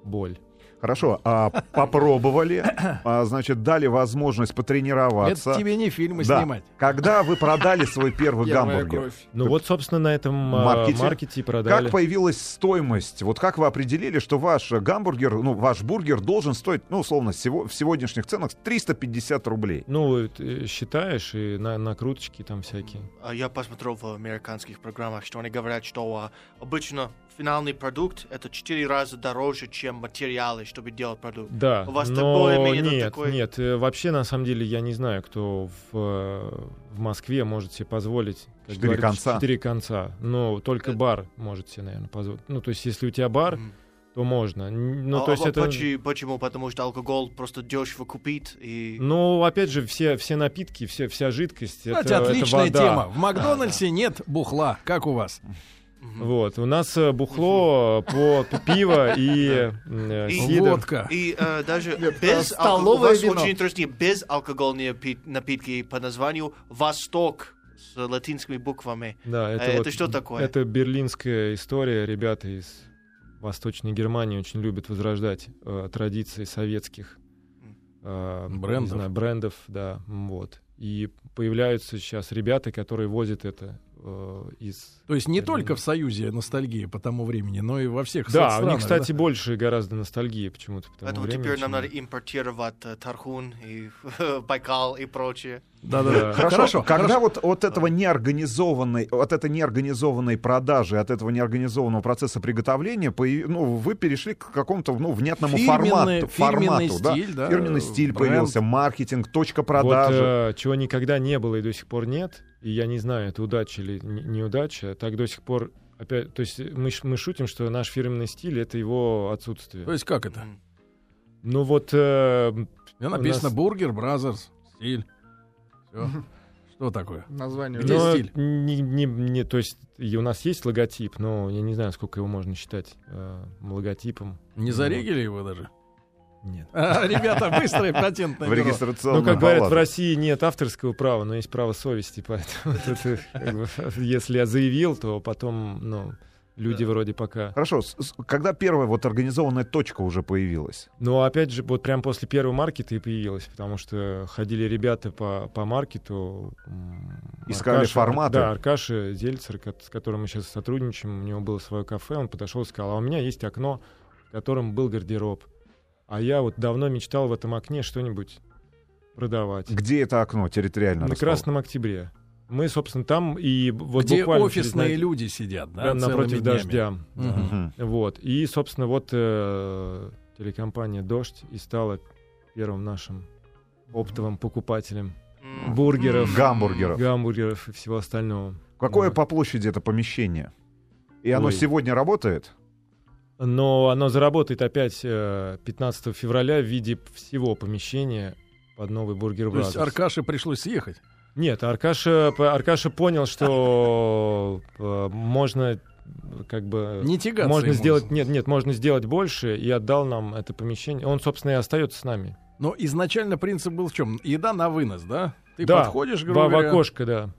[SPEAKER 6] боль.
[SPEAKER 5] Хорошо. а, попробовали. а, значит, дали возможность потренироваться.
[SPEAKER 3] Это тебе не фильмы
[SPEAKER 5] Да.
[SPEAKER 3] снимать.
[SPEAKER 5] Когда вы продали свой первый
[SPEAKER 4] Первая
[SPEAKER 5] гамбургер,
[SPEAKER 4] кровь.
[SPEAKER 6] Ну
[SPEAKER 5] Так
[SPEAKER 6] вот, собственно, на этом э,
[SPEAKER 5] маркете?
[SPEAKER 6] маркете и продали.
[SPEAKER 5] как появилась стоимость? Вот как вы определили, что ваш э, гамбургер, ну, ваш бургер должен стоить, ну, условно, сего- в сегодняшних ценах 350 рублей?
[SPEAKER 6] Ну, ты считаешь, и на, накруточки там всякие.
[SPEAKER 2] а, Я посмотрел в американских программах, что они говорят, что а, обычно финальный продукт это четыре раза дороже, чем материалы, чтобы делать продукт.
[SPEAKER 6] Да,
[SPEAKER 2] У вас
[SPEAKER 6] но
[SPEAKER 2] такое мнение, да,
[SPEAKER 6] нет,
[SPEAKER 2] такое?
[SPEAKER 6] нет. э, Вообще, на самом деле, я не знаю, кто в, э, в Москве может себе позволить... как
[SPEAKER 5] Четыре
[SPEAKER 6] говорят,
[SPEAKER 5] конца.
[SPEAKER 6] Четыре конца. Но только
[SPEAKER 2] Э.
[SPEAKER 6] бар может себе, наверное, позволить. Ну, то есть, если у тебя бар,
[SPEAKER 2] Мгм.
[SPEAKER 6] то можно. Н- Ну,
[SPEAKER 2] А-
[SPEAKER 6] то есть,
[SPEAKER 2] а
[SPEAKER 6] это...
[SPEAKER 2] почи- почему? Потому что алкоголь просто дешево купить и
[SPEAKER 6] Ну, опять же, все, все напитки, все, вся жидкость, это,
[SPEAKER 3] Кстати,
[SPEAKER 6] это
[SPEAKER 3] отличная
[SPEAKER 6] вода.
[SPEAKER 3] тема. В Макдональдсе нет бухла, как у вас.
[SPEAKER 2] Мгм.
[SPEAKER 6] Вот, у нас э, бухло по п- пиво и э,
[SPEAKER 2] И
[SPEAKER 6] сидр.
[SPEAKER 3] Водка.
[SPEAKER 2] И э, даже
[SPEAKER 4] Нет,
[SPEAKER 2] без
[SPEAKER 4] а
[SPEAKER 2] алко- у
[SPEAKER 4] столовое
[SPEAKER 2] вас
[SPEAKER 4] вино.
[SPEAKER 2] очень интересные безалкогольные пи- напитки по названию Восток с латинскими буквами.
[SPEAKER 6] Да, это,
[SPEAKER 2] А это
[SPEAKER 6] вот-
[SPEAKER 2] что такое?
[SPEAKER 6] Это берлинская история. Ребята из Восточной Германии очень любят возрождать э, традиции советских э, не
[SPEAKER 3] Брендов.
[SPEAKER 6] знаю, брендов, да, м, вот. И появляются сейчас ребята, которые возят это э, из.
[SPEAKER 3] То есть не только в Союзе ностальгия по тому времени, но и во всех
[SPEAKER 6] Да, у
[SPEAKER 3] странах,
[SPEAKER 6] них, кстати, больше гораздо ностальгии почему-то. по тому
[SPEAKER 2] Поэтому
[SPEAKER 6] времени,
[SPEAKER 2] теперь нам
[SPEAKER 6] чем-
[SPEAKER 2] надо импортировать э, Тархун и Байкал и прочее.
[SPEAKER 3] да? Да-да-да.
[SPEAKER 6] Да.
[SPEAKER 5] Хорошо.
[SPEAKER 3] Хорошо,
[SPEAKER 5] Когда
[SPEAKER 3] хорошо.
[SPEAKER 5] вот от этого неорганизованной, от этой неорганизованной продажи, от этого неорганизованного процесса приготовления, появ- ну, вы перешли к какому-то ну, внятному
[SPEAKER 3] Фирменный-
[SPEAKER 5] формату, формату,
[SPEAKER 3] фирменный стиль, да,
[SPEAKER 5] фирменный стиль
[SPEAKER 3] бренд.
[SPEAKER 5] появился, маркетинг, точка
[SPEAKER 6] Вот,
[SPEAKER 5] продажи.
[SPEAKER 6] э, чего никогда не было и до сих пор нет, и я не знаю, это удача или н- неудача, так до сих пор опять, то есть мы, ш- мы шутим, что наш фирменный стиль это его отсутствие.
[SPEAKER 3] То есть как это?
[SPEAKER 2] Мгм.
[SPEAKER 6] Ну вот, э,
[SPEAKER 3] У меня
[SPEAKER 6] У
[SPEAKER 3] написано
[SPEAKER 6] нас-
[SPEAKER 3] Бургер Бразерс. Стиль. Всё. Что такое?
[SPEAKER 4] Название.
[SPEAKER 3] Где
[SPEAKER 6] но
[SPEAKER 3] стиль?
[SPEAKER 6] не- не- не- то есть и у нас есть логотип, но я не знаю, сколько его можно считать э, логотипом.
[SPEAKER 3] Не
[SPEAKER 6] Ну,
[SPEAKER 3] зарегили его даже?
[SPEAKER 6] Нет.
[SPEAKER 3] А, Ребята, быстрое патентное
[SPEAKER 5] в
[SPEAKER 3] бюро.
[SPEAKER 5] регистрационную
[SPEAKER 6] Ну, как говорят, в
[SPEAKER 5] палату.
[SPEAKER 6] России нет авторского права, но есть право совести, поэтому тут, э, как бы, если я заявил, то потом, ну, люди вроде пока
[SPEAKER 5] Хорошо, с- с- когда первая вот организованная точка уже появилась?
[SPEAKER 6] Но опять же, вот прям после первого маркета и появилось, потому что ходили ребята по, по маркету. м,
[SPEAKER 5] Искали форматы.
[SPEAKER 6] Да, Аркаша Зельцер, ко- с которым мы сейчас сотрудничаем, у него было свое кафе, он подошел и сказал, а у меня есть окно, в котором был гардероб. А я вот давно мечтал в этом окне что-нибудь продавать.
[SPEAKER 5] Где это окно территориально?
[SPEAKER 6] На
[SPEAKER 5] расположено?
[SPEAKER 6] Красном Октябре. Мы, собственно, там и вот
[SPEAKER 3] Где
[SPEAKER 6] буквально
[SPEAKER 3] офисные
[SPEAKER 6] через на-
[SPEAKER 3] люди сидят, да?
[SPEAKER 6] прям
[SPEAKER 3] целыми
[SPEAKER 6] напротив
[SPEAKER 3] днями.
[SPEAKER 6] дождя. Да.
[SPEAKER 3] Мгм.
[SPEAKER 5] Мгм.
[SPEAKER 6] Вот. И, собственно, вот э, телекомпания «Дождь» и стала первым нашим оптовым покупателем
[SPEAKER 2] М.
[SPEAKER 6] бургеров,
[SPEAKER 5] Гамбургеров.
[SPEAKER 6] гамбургеров и всего остального.
[SPEAKER 5] Какое
[SPEAKER 6] Да.
[SPEAKER 5] по площади это помещение? И оно
[SPEAKER 6] Ой.
[SPEAKER 5] сегодня работает?
[SPEAKER 6] Но оно заработает опять э, 15 февраля в виде всего помещения под новый бургер
[SPEAKER 3] То есть
[SPEAKER 6] Brothers.
[SPEAKER 3] Аркаше пришлось съехать.
[SPEAKER 6] Нет, Аркаша, Аркаша понял, что э, можно как бы...
[SPEAKER 3] Не тягаться
[SPEAKER 6] Можно
[SPEAKER 3] ему.
[SPEAKER 6] сделать... Нет, нет, можно сделать больше, и отдал нам это помещение. Он, собственно, и остается с нами.
[SPEAKER 3] Но изначально принцип был в чем? Еда на вынос, да? Ты
[SPEAKER 6] да,
[SPEAKER 3] подходишь,
[SPEAKER 6] в,
[SPEAKER 3] грубо
[SPEAKER 6] в
[SPEAKER 3] говоря,
[SPEAKER 6] окошко, да.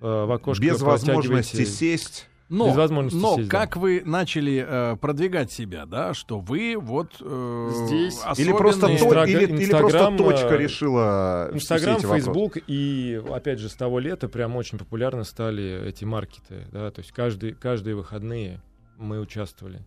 [SPEAKER 6] Э, В окошко
[SPEAKER 5] Без возможности
[SPEAKER 6] протягиваете-
[SPEAKER 5] сесть.
[SPEAKER 3] но,
[SPEAKER 6] без возможности
[SPEAKER 3] но
[SPEAKER 6] сесть, да.
[SPEAKER 3] как вы начали э, продвигать себя, да, что вы вот э,
[SPEAKER 4] Здесь.
[SPEAKER 5] Или просто,
[SPEAKER 3] особенные-
[SPEAKER 5] то-
[SPEAKER 6] Инстагра-
[SPEAKER 5] или, или просто
[SPEAKER 6] Инстаграм,
[SPEAKER 5] точка
[SPEAKER 6] э,
[SPEAKER 5] решила все
[SPEAKER 6] Инстаграм,
[SPEAKER 5] эти вопросы?
[SPEAKER 6] Фейсбук и, опять же, с того лета прям очень популярны стали эти маркеты, да, то есть каждый, каждые выходные мы участвовали.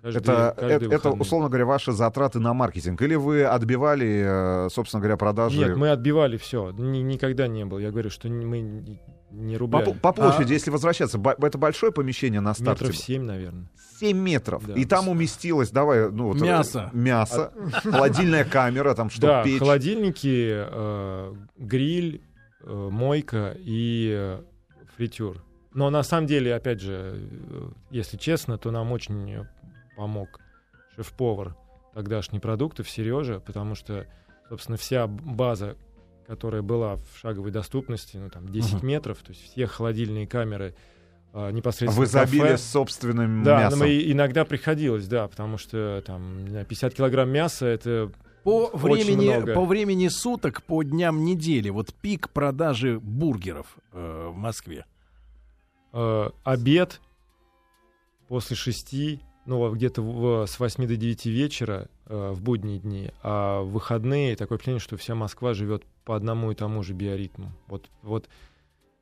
[SPEAKER 6] Каждые-
[SPEAKER 5] Это, э,
[SPEAKER 6] каждые
[SPEAKER 5] это- это,
[SPEAKER 6] выходные.
[SPEAKER 5] условно говоря, ваши затраты на маркетинг. Или вы отбивали, э, собственно говоря, продажи
[SPEAKER 6] Нет, мы отбивали все, никогда не было. Я говорю, что ни- мы ни- не
[SPEAKER 5] по,
[SPEAKER 6] рубляли.
[SPEAKER 5] по- по площади, если возвращаться. бо- это большое помещение на старте.
[SPEAKER 6] А? Метров семь, наверное.
[SPEAKER 5] 7 метров.
[SPEAKER 6] Да.
[SPEAKER 5] И там уместилось, давай, ну вот, э,
[SPEAKER 3] Мясо.
[SPEAKER 5] Мясо, холодильная камера, там что,
[SPEAKER 6] А да,
[SPEAKER 5] печь.
[SPEAKER 6] холодильники, э, гриль, э, мойка и э, фритюр. Но на самом деле, опять же, э, если честно, то нам очень э, помог шеф-повар тогдашний продуктов Сережа, потому что, собственно, вся б- база, которая была в шаговой доступности, ну там 10
[SPEAKER 3] Мгм.
[SPEAKER 6] метров, то есть все холодильные камеры э, непосредственно
[SPEAKER 5] Вы
[SPEAKER 6] в кафе.
[SPEAKER 5] забили собственным
[SPEAKER 6] Да,
[SPEAKER 5] мясом.
[SPEAKER 6] нам и- иногда приходилось, да, потому что там не знаю, 50 килограмм мяса это
[SPEAKER 3] по
[SPEAKER 6] Очень
[SPEAKER 3] времени,
[SPEAKER 6] много.
[SPEAKER 3] по времени суток, по дням недели, вот пик продажи бургеров э, в Москве.
[SPEAKER 6] э, обед после шести, ну, а где-то в- с 8 до 9 вечера э, в будние дни, а в выходные такое впечатление, что вся Москва живет по одному и тому же биоритму. Вот, вот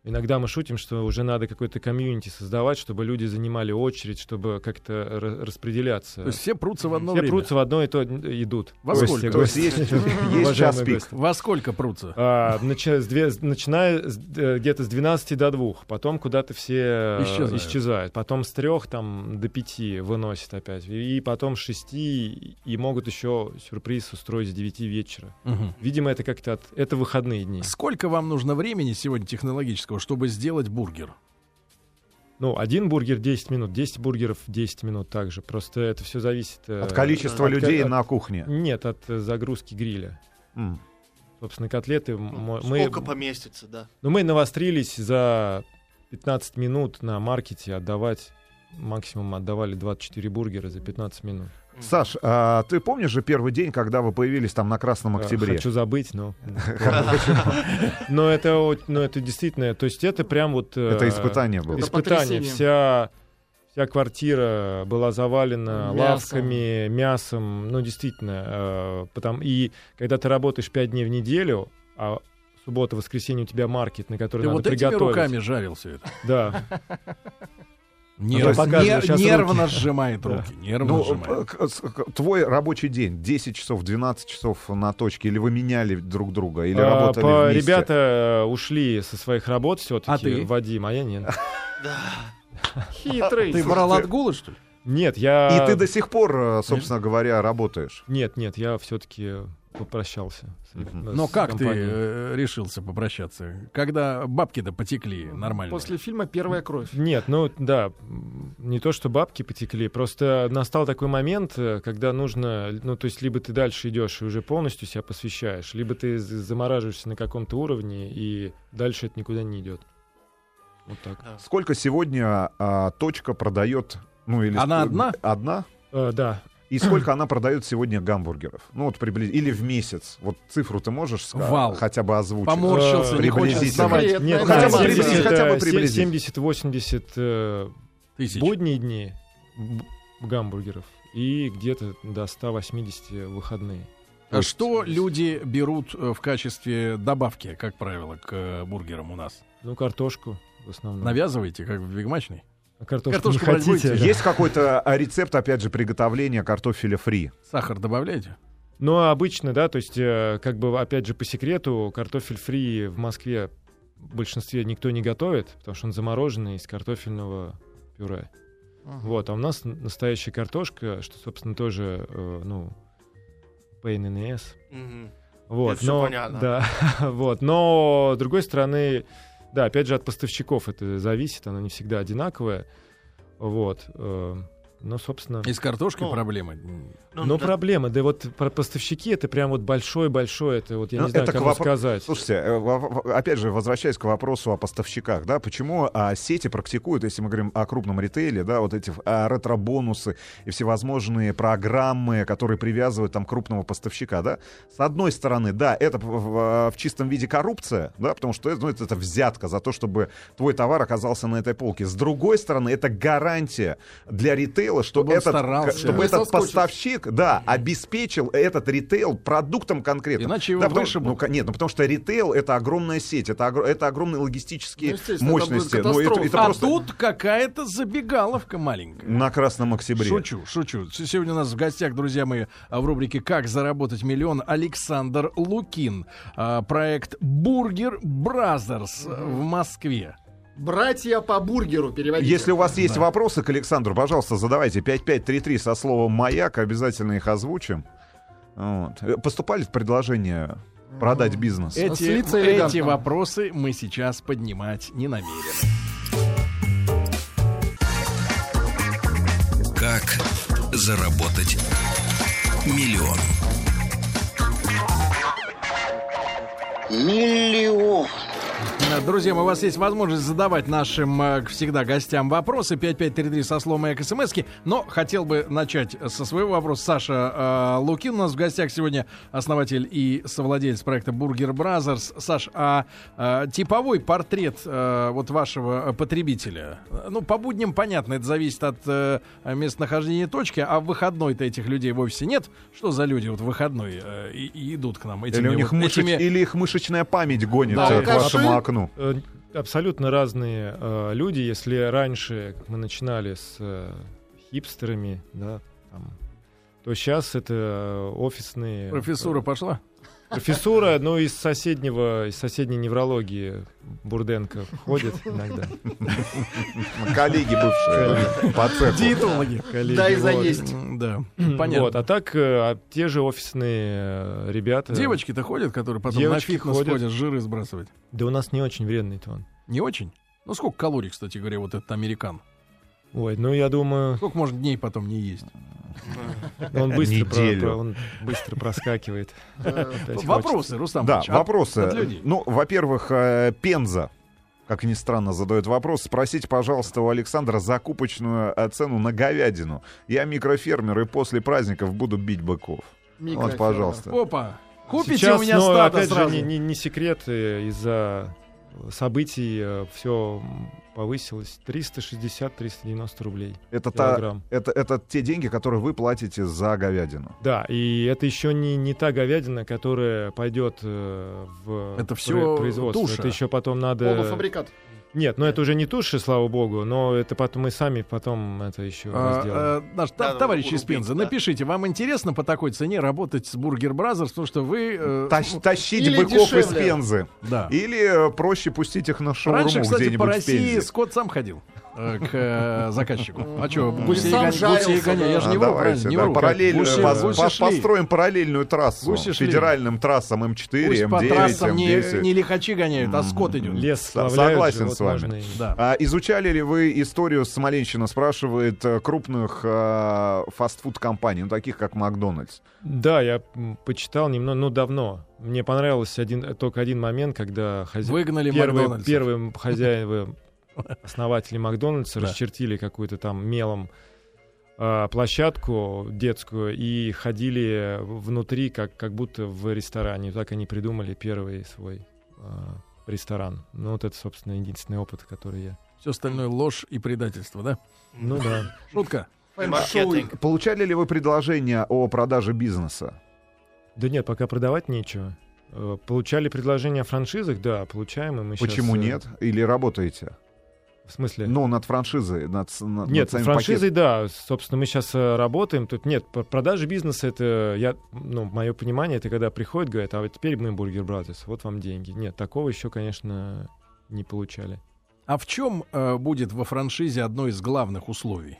[SPEAKER 6] иногда мы шутим, что уже надо какое-то комьюнити создавать, чтобы люди занимали очередь, чтобы как-то ра- распределяться.
[SPEAKER 3] То есть все прутся в одно
[SPEAKER 6] Все
[SPEAKER 3] время.
[SPEAKER 6] прутся в одно и то идут.
[SPEAKER 3] Во
[SPEAKER 6] Гости,
[SPEAKER 3] сколько?
[SPEAKER 5] То есть есть,
[SPEAKER 6] гости.
[SPEAKER 5] есть
[SPEAKER 6] Уважаемые
[SPEAKER 5] час пик.
[SPEAKER 6] гости.
[SPEAKER 3] Во сколько прутся?
[SPEAKER 6] А, начи- с две- с- начиная с, э, где-то с 12 до 2, потом куда-то все э,
[SPEAKER 3] Исчезают.
[SPEAKER 6] исчезают. Потом с 3 там, до 5 выносят опять. И потом с 6 и и могут еще сюрприз устроить с 9 вечера.
[SPEAKER 3] Мгм.
[SPEAKER 6] Видимо, это как-то от... Это выходные дни.
[SPEAKER 3] Сколько вам нужно времени сегодня технологического, чтобы сделать бургер?
[SPEAKER 6] Ну, один бургер 10 минут, 10 бургеров 10 минут также. Просто это все зависит... э,
[SPEAKER 5] От количества
[SPEAKER 6] от ко-
[SPEAKER 5] людей
[SPEAKER 6] от-
[SPEAKER 5] на кухне.
[SPEAKER 6] Нет, от э, загрузки гриля.
[SPEAKER 5] М.
[SPEAKER 6] Собственно, котлеты м-
[SPEAKER 2] Ну,
[SPEAKER 6] мы...
[SPEAKER 2] Сколько поместится, да.
[SPEAKER 6] Ну, мы навострились за 15 минут на маркете отдавать максимум отдавали 24 бургера за 15 минут.
[SPEAKER 5] Саш, а ты помнишь же первый день, когда вы появились там на Красном
[SPEAKER 6] Э,
[SPEAKER 5] Октябре?
[SPEAKER 6] Хочу забыть, но... Но это, вот- но это действительно... То есть это прям вот... э,
[SPEAKER 5] Это испытание было.
[SPEAKER 4] Это
[SPEAKER 6] Испытание.
[SPEAKER 4] потрясение.
[SPEAKER 6] Вся, вся квартира была завалена
[SPEAKER 4] Мясом.
[SPEAKER 6] лавками, мясом. Ну, действительно. э, потом, и когда ты работаешь 5 дней в неделю, а суббота, воскресенье у тебя маркет, на который
[SPEAKER 3] Ты
[SPEAKER 6] надо
[SPEAKER 3] вот этими
[SPEAKER 6] приготовить.
[SPEAKER 3] руками жарил все это.
[SPEAKER 6] Да. Ну,
[SPEAKER 3] Нерв-
[SPEAKER 6] показываю
[SPEAKER 3] нер-
[SPEAKER 6] сейчас
[SPEAKER 3] нервно
[SPEAKER 6] руки.
[SPEAKER 3] сжимает
[SPEAKER 6] Да.
[SPEAKER 3] руки. Нервно
[SPEAKER 5] Ну,
[SPEAKER 3] сжимает.
[SPEAKER 5] э, к- с- к- твой рабочий день, 10 часов, 12 часов на точке, или вы меняли друг друга, или
[SPEAKER 6] А,
[SPEAKER 5] работали
[SPEAKER 6] по-
[SPEAKER 5] вместе?
[SPEAKER 6] Ребята э, ушли со своих работ все-таки.
[SPEAKER 3] А ты?
[SPEAKER 6] Вадим, а я нет.
[SPEAKER 5] А,
[SPEAKER 4] Хитрый.
[SPEAKER 3] Ты брал отгулы, что ли?
[SPEAKER 6] Нет,
[SPEAKER 5] И
[SPEAKER 6] я...
[SPEAKER 5] ты до сих пор, э, собственно говоря, работаешь.
[SPEAKER 6] Нет, нет, я все-таки попрощался. с-
[SPEAKER 5] Мгм.
[SPEAKER 6] с
[SPEAKER 3] Но как ты
[SPEAKER 6] компанией.
[SPEAKER 3] э, решился попрощаться? Когда бабки-то потекли нормально.
[SPEAKER 4] После фильма «Первая кровь».
[SPEAKER 6] Нет, ну да, м, не то, что бабки потекли, просто настал такой момент, э, когда нужно, ну то есть либо ты дальше идешь и уже полностью себя посвящаешь, либо ты з- замораживаешься на каком-то уровне, и дальше это никуда не идет. Вот так.
[SPEAKER 5] Сколько сегодня а, точка продает? Ну, или
[SPEAKER 3] Она одна?
[SPEAKER 5] Одна.
[SPEAKER 6] Э, да,
[SPEAKER 5] И сколько она продает сегодня гамбургеров? Ну, вот приблизительно. Или в месяц. Вот цифру ты можешь ска-
[SPEAKER 3] Вал.
[SPEAKER 5] хотя бы озвучить?
[SPEAKER 3] Поморщился, не хочет
[SPEAKER 5] приблизительно.
[SPEAKER 3] вставать.
[SPEAKER 4] Секретная
[SPEAKER 6] Нет,
[SPEAKER 5] Ну, хотя бы
[SPEAKER 4] информация.
[SPEAKER 5] приблизительно.
[SPEAKER 6] приблизить,
[SPEAKER 5] хотя бы
[SPEAKER 6] э, се-
[SPEAKER 5] приблизить.
[SPEAKER 6] 70-80 э,
[SPEAKER 3] Тысяч.
[SPEAKER 6] будние дни б- гамбургеров и где-то до 180 выходные.
[SPEAKER 3] А Что люди берут э, в качестве добавки, как правило, к э, бургерам у нас?
[SPEAKER 6] Ну, картошку в основном.
[SPEAKER 3] Навязываете, как в бигмачной?
[SPEAKER 6] А Картошку,
[SPEAKER 3] Картошку
[SPEAKER 6] не хотите.
[SPEAKER 3] возьмите.
[SPEAKER 6] да.
[SPEAKER 5] Есть какой-то а, рецепт, опять же, приготовления картофеля фри?
[SPEAKER 3] Сахар добавляете?
[SPEAKER 6] Но Ну, а обычно, да, то есть, э, как бы, опять же, по секрету, картофель фри в Москве в большинстве никто не готовит, потому что он замороженный из картофельного пюре. Вот, а у нас н- настоящая картошка, что, собственно, тоже, э, ну, pain in the ass.
[SPEAKER 2] Мгм.
[SPEAKER 6] Вот,
[SPEAKER 2] Это всё
[SPEAKER 6] но,
[SPEAKER 2] понятно.
[SPEAKER 6] Да, вот, но, с другой стороны, да, опять же, от поставщиков это зависит, оно не всегда одинаковое. Вот. э, Ну, собственно...
[SPEAKER 3] И с картошкой
[SPEAKER 2] Ну,
[SPEAKER 3] проблемы.
[SPEAKER 6] Но проблема, да вот про поставщики, это прям вот большое-большое, это вот я
[SPEAKER 5] Ну,
[SPEAKER 6] не знаю,
[SPEAKER 5] это
[SPEAKER 6] как
[SPEAKER 5] к
[SPEAKER 6] вам
[SPEAKER 5] вопро-
[SPEAKER 6] сказать.
[SPEAKER 5] Слушайте, э, во- во- опять же, возвращаясь к вопросу о поставщиках, да, почему а, сети практикуют, если мы говорим о крупном ритейле, да, вот эти а, ретро-бонусы и всевозможные программы, которые привязывают там крупного поставщика, да, с одной стороны, да, это в, в- в чистом виде коррупция, да, потому что ну, это, это взятка за то, чтобы твой товар оказался на этой полке. С другой стороны, это гарантия для ритейла, что
[SPEAKER 3] Чтобы он
[SPEAKER 5] этот,
[SPEAKER 3] старался.
[SPEAKER 5] чтобы
[SPEAKER 4] Не
[SPEAKER 5] этот
[SPEAKER 4] соскучился.
[SPEAKER 5] поставщик, да, обеспечил этот ритейл продуктом конкретным.
[SPEAKER 3] Иначе его
[SPEAKER 5] Да, потому-
[SPEAKER 3] вышибут.
[SPEAKER 5] ну, ко- нет, ну потому что ритейл это огромная сеть, это, огр- это огромные
[SPEAKER 4] Ну,
[SPEAKER 5] логистические
[SPEAKER 4] естественно, это
[SPEAKER 5] мощности.
[SPEAKER 4] будет
[SPEAKER 5] Ну, это,
[SPEAKER 4] катастрофа.
[SPEAKER 5] это
[SPEAKER 4] А
[SPEAKER 3] А
[SPEAKER 5] просто
[SPEAKER 3] тут какая-то забегаловка маленькая.
[SPEAKER 5] на Красном Октябре.
[SPEAKER 3] Шучу, шучу. С- Сегодня у нас в гостях, друзья мои, а, в рубрике «Как заработать миллион» Александр Лукин. А, Проект «Бургер Бразерс» в Москве.
[SPEAKER 4] Братья по бургеру переводите.
[SPEAKER 5] Если у вас есть вопросы к Александру, пожалуйста, задавайте 5533 со словом «Маяк», обязательно их озвучим. Вот. Э, Поступали предложения продать бизнес?
[SPEAKER 3] Эти,
[SPEAKER 4] слиться
[SPEAKER 3] эти
[SPEAKER 4] элегантно.
[SPEAKER 3] вопросы мы сейчас поднимать не намерены.
[SPEAKER 1] Как заработать миллион?
[SPEAKER 3] Э, Друзья, мои, у вас есть возможность задавать нашим э, как всегда гостям вопросы 5533 со словом «Эко» смски, но хотел бы начать со своего вопроса. Саша э, Лукин у нас в гостях сегодня, основатель и совладелец проекта «Бургер Бразерс». Саш, а э, типовой портрет э, вот вашего э, потребителя, э, ну, по будням понятно, это зависит от э, местонахождения точки, а в выходной-то этих людей вовсе нет. Что за люди вот в выходной э, и, и идут к нам? Этими,
[SPEAKER 5] Или, у них
[SPEAKER 3] вот
[SPEAKER 5] мышеч-
[SPEAKER 3] этими-
[SPEAKER 5] Или их мышечная память гонит
[SPEAKER 3] Да,
[SPEAKER 5] э, к
[SPEAKER 4] алкаши.
[SPEAKER 5] вашему окну?
[SPEAKER 6] Э, Абсолютно разные э, люди. Если раньше как мы начинали с э, хипстерами, да, там, то сейчас это э, офисные...
[SPEAKER 3] Профессура пошла?
[SPEAKER 6] Профессура, ну, из соседнего, из соседней неврологии Бурденко ходит иногда.
[SPEAKER 5] Коллеги бывшие по цеху.
[SPEAKER 3] Диетологи.
[SPEAKER 6] коллеги,
[SPEAKER 4] Да и
[SPEAKER 6] вот.
[SPEAKER 4] заесть.
[SPEAKER 3] М, Да,
[SPEAKER 6] Вот,
[SPEAKER 3] понятно.
[SPEAKER 6] а так э, а те же офисные э, ребята...
[SPEAKER 3] Девочки-то ходят, которые потом на
[SPEAKER 6] Девочки
[SPEAKER 3] фитнес ходят.
[SPEAKER 6] ходят.
[SPEAKER 3] жиры сбрасывать.
[SPEAKER 6] Да у нас не очень вредный тон.
[SPEAKER 3] Не очень? Ну, сколько калорий, кстати говоря, вот этот американ?
[SPEAKER 6] Ой, ну я думаю,
[SPEAKER 3] Сколько можно дней потом не есть?
[SPEAKER 6] он быстро, про-
[SPEAKER 5] Неделю.
[SPEAKER 6] про- он быстро проскакивает. Опять хочется.
[SPEAKER 3] Вопросы, Рустам.
[SPEAKER 5] Да,
[SPEAKER 3] Ильич, от-
[SPEAKER 5] вопросы.
[SPEAKER 3] от людей.
[SPEAKER 5] Ну, во-первых, э, Пенза. Как ни странно, задает вопрос. Спросите, пожалуйста, у Александра закупочную э, цену на говядину. Я микрофермер и после праздников буду бить быков. Вот,
[SPEAKER 4] Микрофермер.
[SPEAKER 5] пожалуйста.
[SPEAKER 3] Опа, купите
[SPEAKER 6] Сейчас,
[SPEAKER 3] у меня
[SPEAKER 6] но,
[SPEAKER 3] стадо
[SPEAKER 6] опять
[SPEAKER 3] сразу.
[SPEAKER 6] же, не, не- не секрет, э, из-за событий все повысилось 360-390 рублей
[SPEAKER 5] Это,
[SPEAKER 3] а
[SPEAKER 5] та,
[SPEAKER 6] килограмм.
[SPEAKER 5] это, это те деньги, которые вы платите за говядину.
[SPEAKER 6] Да, и это еще не, не та говядина, которая пойдет э, в
[SPEAKER 3] Это
[SPEAKER 6] пре-
[SPEAKER 3] всё
[SPEAKER 6] производство.
[SPEAKER 3] туша.
[SPEAKER 6] Это еще потом надо...
[SPEAKER 4] Полуфабрикат.
[SPEAKER 6] Нет, ну это уже не туши, слава богу, но это потом мы сами потом это еще
[SPEAKER 3] А, э, Наш та-
[SPEAKER 2] Да,
[SPEAKER 3] товарищ
[SPEAKER 2] ну,
[SPEAKER 3] из Пензы,
[SPEAKER 2] да.
[SPEAKER 3] напишите, вам интересно по такой цене работать с Бургер Бразерс, потому что вы... э,
[SPEAKER 5] Тащ- тащить
[SPEAKER 4] или
[SPEAKER 5] быков из
[SPEAKER 4] дешевле.
[SPEAKER 5] Пензы.
[SPEAKER 3] да.
[SPEAKER 5] Или э, проще пустить их на шаурму
[SPEAKER 3] Раньше, кстати,
[SPEAKER 5] где-нибудь
[SPEAKER 3] по
[SPEAKER 5] в
[SPEAKER 3] России
[SPEAKER 5] Пензе.
[SPEAKER 3] скот сам ходил э, к э, заказчику. А что,
[SPEAKER 4] Мгм.
[SPEAKER 3] гусей
[SPEAKER 4] И сам
[SPEAKER 3] гоня-
[SPEAKER 4] жарился,
[SPEAKER 3] гусей гоня- Я
[SPEAKER 4] да.
[SPEAKER 3] же не
[SPEAKER 5] А,
[SPEAKER 3] вру,
[SPEAKER 5] давайте,
[SPEAKER 3] правильно, не
[SPEAKER 5] да,
[SPEAKER 3] вру.
[SPEAKER 5] параллельно,
[SPEAKER 3] Гуси-
[SPEAKER 5] пос-
[SPEAKER 3] гуси
[SPEAKER 5] пос-
[SPEAKER 3] шли.
[SPEAKER 5] построим параллельную трассу
[SPEAKER 3] Гуси шли.
[SPEAKER 5] федеральным трассам М4,
[SPEAKER 3] Пусть
[SPEAKER 5] М9,
[SPEAKER 3] по трассам не,
[SPEAKER 5] М10.
[SPEAKER 3] не лихачи гоняют, а скот идет.
[SPEAKER 5] Мгм.
[SPEAKER 6] Лес
[SPEAKER 5] Со-
[SPEAKER 6] сплавляют,
[SPEAKER 5] согласен
[SPEAKER 6] живот
[SPEAKER 5] с вами.
[SPEAKER 6] можно и-
[SPEAKER 3] Да.
[SPEAKER 5] А, изучали ли вы историю Смоленщина, спрашивает э, крупных э, фастфуд-компаний, ну, таких как Макдональдс.
[SPEAKER 6] Да, я м, почитал немного, ну давно. Мне понравился один, только один момент, когда хозя...
[SPEAKER 3] Выгнали
[SPEAKER 6] первые,
[SPEAKER 3] Макдональдса.
[SPEAKER 6] первые м, хозяева, основатели Макдональдса
[SPEAKER 3] Да.
[SPEAKER 6] расчертили какую-то там мелом а, площадку детскую и ходили внутри, как, как будто в ресторане. Так они придумали первый свой а, ресторан. Ну вот это, собственно, единственный опыт, который я...
[SPEAKER 3] Все остальное ложь и предательство, да?
[SPEAKER 6] Ну да.
[SPEAKER 3] Шутка.
[SPEAKER 2] Маркетинг.
[SPEAKER 5] Получали ли вы предложение о продаже бизнеса?
[SPEAKER 6] Да нет, пока продавать нечего. Э, Получали предложение о франшизах? Да, получаем, и мы щас,
[SPEAKER 5] Почему
[SPEAKER 6] э,
[SPEAKER 5] нет? Или работаете?
[SPEAKER 6] В смысле?
[SPEAKER 5] Ну, над франшизой, над, с- над-
[SPEAKER 6] Нет,
[SPEAKER 5] над самим
[SPEAKER 6] франшизой, да. Собственно, мы сейчас работаем. Тут нет, п- продажи бизнеса это я, ну, мое понимание, это когда приходят, говорят, а вот теперь мы бургер братец, вот вам деньги. Нет, такого еще, конечно, не получали.
[SPEAKER 3] А в чем будет во франшизе одно из главных условий?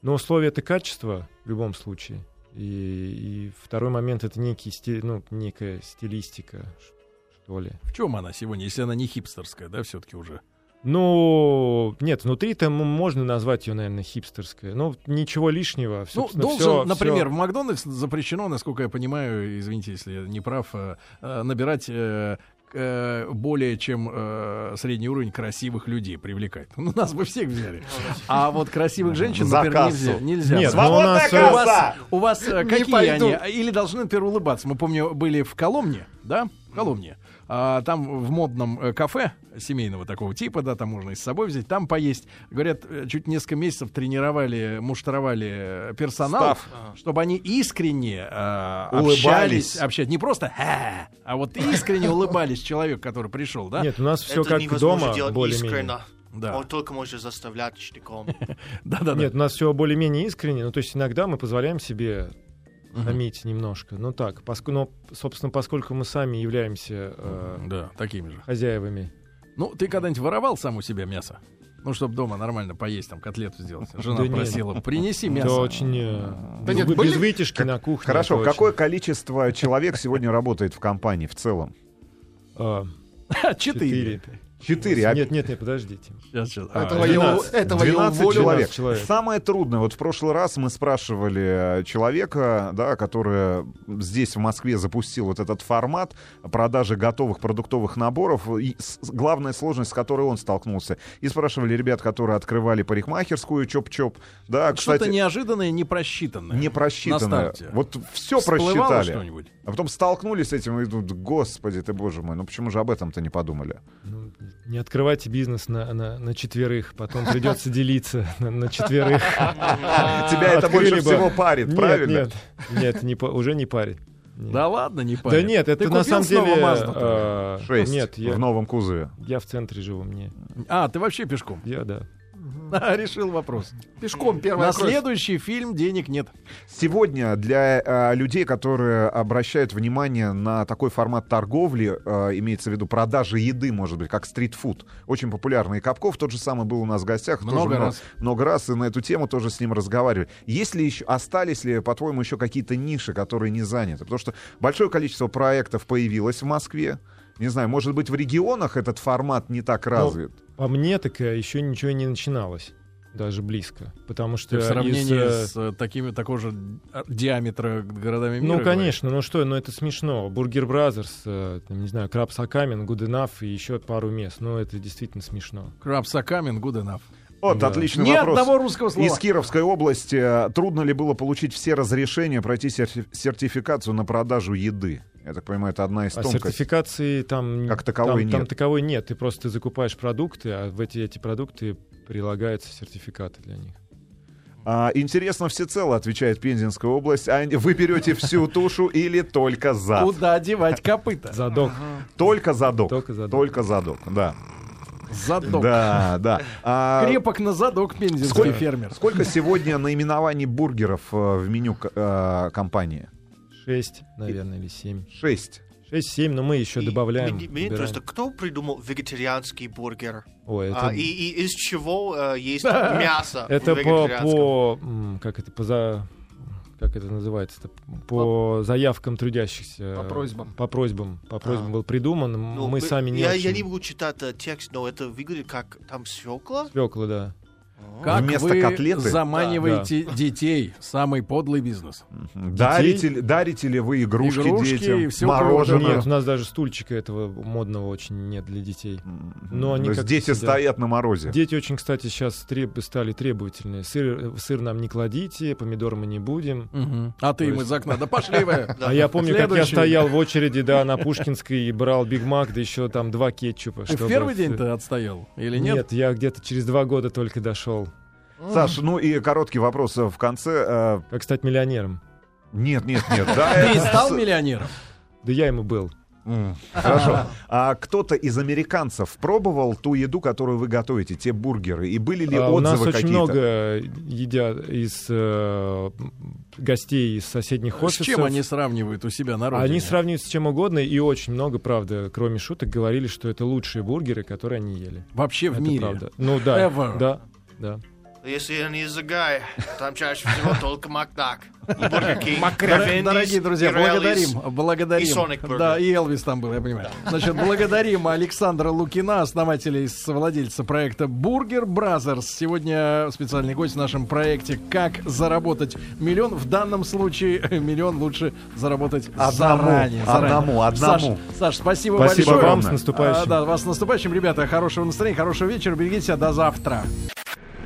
[SPEAKER 6] Но условие это качество в любом случае. И, и второй момент это некий сти- ну, некая стилистика, ш- что ли.
[SPEAKER 3] В чем она сегодня, если она не хипстерская, да, все-таки уже?
[SPEAKER 6] Ну, нет, внутри-то м- можно назвать ее, наверное, хипстерской. Ну, ничего лишнего.
[SPEAKER 3] Ну,
[SPEAKER 6] собственно,
[SPEAKER 3] должен,
[SPEAKER 6] всё-
[SPEAKER 3] например,
[SPEAKER 6] всё-
[SPEAKER 3] в Макдональдс запрещено, насколько я понимаю, извините, если я не прав, э, э, набирать э, к- э, более чем э, средний уровень красивых людей привлекать. Ну, нас бы всех взяли. А вот красивых женщин,
[SPEAKER 5] Ну, За
[SPEAKER 3] например,
[SPEAKER 5] кассу.
[SPEAKER 3] нельзя. нельзя.
[SPEAKER 6] Нет,
[SPEAKER 3] Зва-
[SPEAKER 6] ну, у нас,
[SPEAKER 3] у
[SPEAKER 6] э,
[SPEAKER 3] вас, у вас, э,
[SPEAKER 4] Не
[SPEAKER 3] какие
[SPEAKER 4] пойду.
[SPEAKER 3] они? Или должны, например, улыбаться? Мы, помню, были в Коломне, да? В Коломне. А, там в модном э, кафе семейного такого типа, да, там можно и с собой взять, там поесть. Говорят, э, чуть несколько месяцев тренировали, муштровали э, персонал,
[SPEAKER 5] Став.
[SPEAKER 3] чтобы они искренне э,
[SPEAKER 5] Улыбались.
[SPEAKER 3] общались, общались. Не просто «Ха», а вот искренне улыбались человеку, который пришел, да?
[SPEAKER 6] Нет, у нас все
[SPEAKER 2] Это
[SPEAKER 6] как
[SPEAKER 2] невозможно
[SPEAKER 6] дома,
[SPEAKER 2] делать
[SPEAKER 6] более-менее.
[SPEAKER 2] искренно.
[SPEAKER 3] Да.
[SPEAKER 2] Он только может заставлять штыком.
[SPEAKER 3] Да, да, да.
[SPEAKER 6] Нет, у нас все более-менее искренне. Ну, то есть иногда мы позволяем себе хамить немножко. Ну так, поск- но, собственно, поскольку мы сами являемся э,
[SPEAKER 3] Да, такими же.
[SPEAKER 6] хозяевами.
[SPEAKER 3] Ну, ты когда-нибудь воровал сам у себя мясо? Ну, чтобы дома нормально поесть, там котлету сделать. Жена
[SPEAKER 6] Да нет.
[SPEAKER 3] просила, принеси
[SPEAKER 6] Это
[SPEAKER 3] мясо.
[SPEAKER 6] очень э,
[SPEAKER 4] Да нет,
[SPEAKER 6] без
[SPEAKER 4] были-
[SPEAKER 6] вытяжки на кухне.
[SPEAKER 5] Хорошо,
[SPEAKER 6] это
[SPEAKER 5] какое количество человек сегодня работает в компании в целом?
[SPEAKER 6] очень,
[SPEAKER 3] Ха,
[SPEAKER 6] э, четыре.
[SPEAKER 3] Четыре.
[SPEAKER 5] Четыре. а
[SPEAKER 6] Нет, нет, нет, подождите.
[SPEAKER 3] Сейчас, сейчас. А,
[SPEAKER 4] Этого я у-
[SPEAKER 6] 12.
[SPEAKER 4] этого я
[SPEAKER 5] 12
[SPEAKER 4] уволю.
[SPEAKER 6] человек.
[SPEAKER 5] человек. Самое трудное, вот в прошлый раз мы спрашивали э, человека, да, который здесь в Москве запустил вот этот формат продажи готовых продуктовых наборов, и с- с- главная сложность, с которой он столкнулся. И спрашивали ребят, которые открывали парикмахерскую чоп-чоп, да,
[SPEAKER 3] Ну, Что-то
[SPEAKER 5] кстати,
[SPEAKER 3] неожиданное, непросчитанное.
[SPEAKER 5] не
[SPEAKER 3] На
[SPEAKER 5] просчитанное.
[SPEAKER 3] старте.
[SPEAKER 5] Вот все
[SPEAKER 3] Всплывало
[SPEAKER 5] просчитали.
[SPEAKER 3] что-нибудь?
[SPEAKER 5] А потом столкнулись с этим и идут, господи ты, боже мой, ну почему же об этом-то не подумали?
[SPEAKER 6] Ну, не открывайте бизнес на, на, на четверых, потом придется делиться на, на четверых.
[SPEAKER 5] Тебя это
[SPEAKER 6] открыли
[SPEAKER 5] больше
[SPEAKER 6] бы.
[SPEAKER 5] всего парит,
[SPEAKER 6] Нет,
[SPEAKER 5] правильно?
[SPEAKER 6] Нет, нет, не, па- уже не парит. Нет.
[SPEAKER 3] Да ладно, не
[SPEAKER 6] Да
[SPEAKER 3] парень.
[SPEAKER 6] нет, это
[SPEAKER 3] Ты
[SPEAKER 6] на
[SPEAKER 3] купил
[SPEAKER 6] самом
[SPEAKER 3] снова
[SPEAKER 6] деле...
[SPEAKER 3] Мазду?
[SPEAKER 6] э,
[SPEAKER 5] Шесть
[SPEAKER 6] Нет, я,
[SPEAKER 5] в новом кузове.
[SPEAKER 6] я в центре живу, мне.
[SPEAKER 3] А, ты вообще пешком.
[SPEAKER 6] Я, да.
[SPEAKER 3] Решил вопрос.
[SPEAKER 4] Пешком первая
[SPEAKER 3] На
[SPEAKER 4] кровь.
[SPEAKER 3] следующий фильм денег нет.
[SPEAKER 5] Сегодня для э, людей, которые обращают внимание на такой формат торговли, э, имеется в виду продажи еды, может быть, как стритфуд, очень популярный. И Капков тот же самый был у нас в гостях. тоже
[SPEAKER 3] Много
[SPEAKER 5] мно-
[SPEAKER 3] раз.
[SPEAKER 5] Много раз, и на эту тему тоже с ним разговаривали. Есть ли еще, остались ли, по-твоему, еще какие-то ниши, которые не заняты? Потому что большое количество проектов появилось в Москве. Не знаю, может быть, в регионах этот формат не
[SPEAKER 3] Ну,
[SPEAKER 5] так развит.
[SPEAKER 6] По мне так еще ничего не начиналось. Даже близко. Потому что...
[SPEAKER 3] Ты в
[SPEAKER 6] из,
[SPEAKER 3] сравнении
[SPEAKER 6] э,
[SPEAKER 3] Типа, с э, такими такого же э, диаметра городами мира.
[SPEAKER 6] Ну, конечно, ну что, ну это смешно. Бургер Бразерс, э, там, не знаю, Крабс Акамин, Гуденаф и еще пару мест. Ну, это действительно смешно.
[SPEAKER 3] Крабсакамин, good enough.
[SPEAKER 5] Вот,
[SPEAKER 6] Да.
[SPEAKER 5] отличный
[SPEAKER 3] Ни
[SPEAKER 5] вопрос.
[SPEAKER 3] одного русского слова.
[SPEAKER 5] Из Кировской области э, трудно ли было получить все разрешения пройти серти- сертификацию на продажу еды? Я так понимаю, это одна из
[SPEAKER 6] А
[SPEAKER 5] тонкостей.
[SPEAKER 6] сертификации там
[SPEAKER 5] Как таковой
[SPEAKER 6] там, там
[SPEAKER 5] нет.
[SPEAKER 6] таковой нет. Ты просто закупаешь продукты, а в эти, эти продукты прилагаются сертификаты для них.
[SPEAKER 5] А, интересно всецело, отвечает Пензенская область. А вы берете всю тушу или только зад?
[SPEAKER 3] Куда девать копыта?
[SPEAKER 6] Задок.
[SPEAKER 5] Только задок.
[SPEAKER 6] Только задок.
[SPEAKER 5] Только задок, да.
[SPEAKER 3] Задок.
[SPEAKER 5] Да, да. А,
[SPEAKER 3] Крепок на задок пензенский
[SPEAKER 5] Сколько-
[SPEAKER 3] фермер.
[SPEAKER 5] Сколько сегодня наименований бургеров э, в меню к- э, компании?
[SPEAKER 6] Шесть, наверное, или семь.
[SPEAKER 5] Шесть.
[SPEAKER 6] Шесть, семь, но мы еще
[SPEAKER 2] И
[SPEAKER 6] добавляем.
[SPEAKER 2] Мне, мне
[SPEAKER 6] убираем.
[SPEAKER 2] интересно, кто придумал вегетарианский бургер?
[SPEAKER 6] Ой, это,
[SPEAKER 2] А, и, и из чего э, есть мясо? в
[SPEAKER 6] это по,
[SPEAKER 2] вегетарианском?
[SPEAKER 6] по м, как это по за как это называется по заявкам трудящихся
[SPEAKER 4] По просьбам.
[SPEAKER 6] по просьбам по
[SPEAKER 2] А.
[SPEAKER 6] просьбам был придуман М,
[SPEAKER 2] Ну,
[SPEAKER 6] мы
[SPEAKER 2] б-
[SPEAKER 6] сами не
[SPEAKER 2] я,
[SPEAKER 6] очень.
[SPEAKER 2] я не могу читать э, текст, но это выглядит как там свекла.
[SPEAKER 6] Свекла, да
[SPEAKER 3] Как
[SPEAKER 5] Ну, Вместо
[SPEAKER 3] вы
[SPEAKER 5] котлеты?
[SPEAKER 3] заманиваете детей? Самый подлый бизнес.
[SPEAKER 5] Дарите, ли- дарите ли вы игрушки,
[SPEAKER 3] Игрушки и
[SPEAKER 5] детям?
[SPEAKER 3] всё
[SPEAKER 5] мороженое?
[SPEAKER 3] прочее.
[SPEAKER 6] нет у нас даже стульчика этого модного очень нет для детей
[SPEAKER 5] Ну,
[SPEAKER 6] Но они
[SPEAKER 5] они
[SPEAKER 6] как-то
[SPEAKER 5] дети
[SPEAKER 6] всегда-
[SPEAKER 5] стоят на морозе.
[SPEAKER 6] Дети очень, кстати, сейчас стали требовательные. Сыр, э, сыр нам не кладите, помидор мы не будем.
[SPEAKER 3] А ты им из окна. Да пошли вы.
[SPEAKER 6] А я помню, как я
[SPEAKER 3] Следующий.
[SPEAKER 6] стоял в очереди, да, на Пушкинской и брал Биг Мак, да еще там два кетчупа.
[SPEAKER 3] Ты в
[SPEAKER 6] чтобы
[SPEAKER 3] первый
[SPEAKER 6] всё-
[SPEAKER 3] день-то отстоял? Или
[SPEAKER 6] Нет?
[SPEAKER 3] нет?
[SPEAKER 6] я где-то через два года только дошел.
[SPEAKER 5] Саш, ну и короткий вопрос э, в конце. э,
[SPEAKER 6] Как стать миллионером?
[SPEAKER 5] Нет, нет, нет. Да,
[SPEAKER 3] Ты и
[SPEAKER 5] это
[SPEAKER 3] стал
[SPEAKER 5] с-
[SPEAKER 3] миллионером?
[SPEAKER 6] Да я ему был.
[SPEAKER 5] М, Хорошо. А кто-то из американцев пробовал ту еду, которую вы готовите, те бургеры? И были ли
[SPEAKER 6] А, у нас
[SPEAKER 5] отзывы
[SPEAKER 6] очень
[SPEAKER 5] какие-то?
[SPEAKER 6] много едят из э, гостей из соседних
[SPEAKER 3] С
[SPEAKER 6] офисов.
[SPEAKER 3] чем они сравнивают у себя на родине?
[SPEAKER 6] Они сравнивают с чем угодно, и очень много, правда, кроме шуток, говорили, что это лучшие бургеры, которые они ели.
[SPEAKER 3] Вообще в
[SPEAKER 6] Это
[SPEAKER 3] мире.
[SPEAKER 6] правда. Ну да.
[SPEAKER 3] Ever.
[SPEAKER 6] Да. Да.
[SPEAKER 2] И Если я не из Агая, там чаще всего только Макдак. И Бургер Кинг,
[SPEAKER 3] Дор-
[SPEAKER 2] и Wendy's,
[SPEAKER 3] Дорогие друзья,
[SPEAKER 2] и Реллис.
[SPEAKER 3] благодарим, благодарим.
[SPEAKER 2] и Sonic Burger.
[SPEAKER 3] да, и Элвис там был, я понимаю. Значит, благодарим Александра Лукина, основателя и совладельца проекта Burger Brothers. Сегодня специальный гость в нашем проекте «Как заработать миллион». В данном случае э, миллион лучше заработать
[SPEAKER 7] Одному,
[SPEAKER 3] заранее. заранее.
[SPEAKER 7] одному, одному.
[SPEAKER 3] Саш, Саш, спасибо,
[SPEAKER 6] Спасибо
[SPEAKER 3] большое.
[SPEAKER 6] вам, с наступающим.
[SPEAKER 3] А, да, вас с наступающим, ребята. Хорошего настроения, хорошего вечера. Берегите себя. До завтра.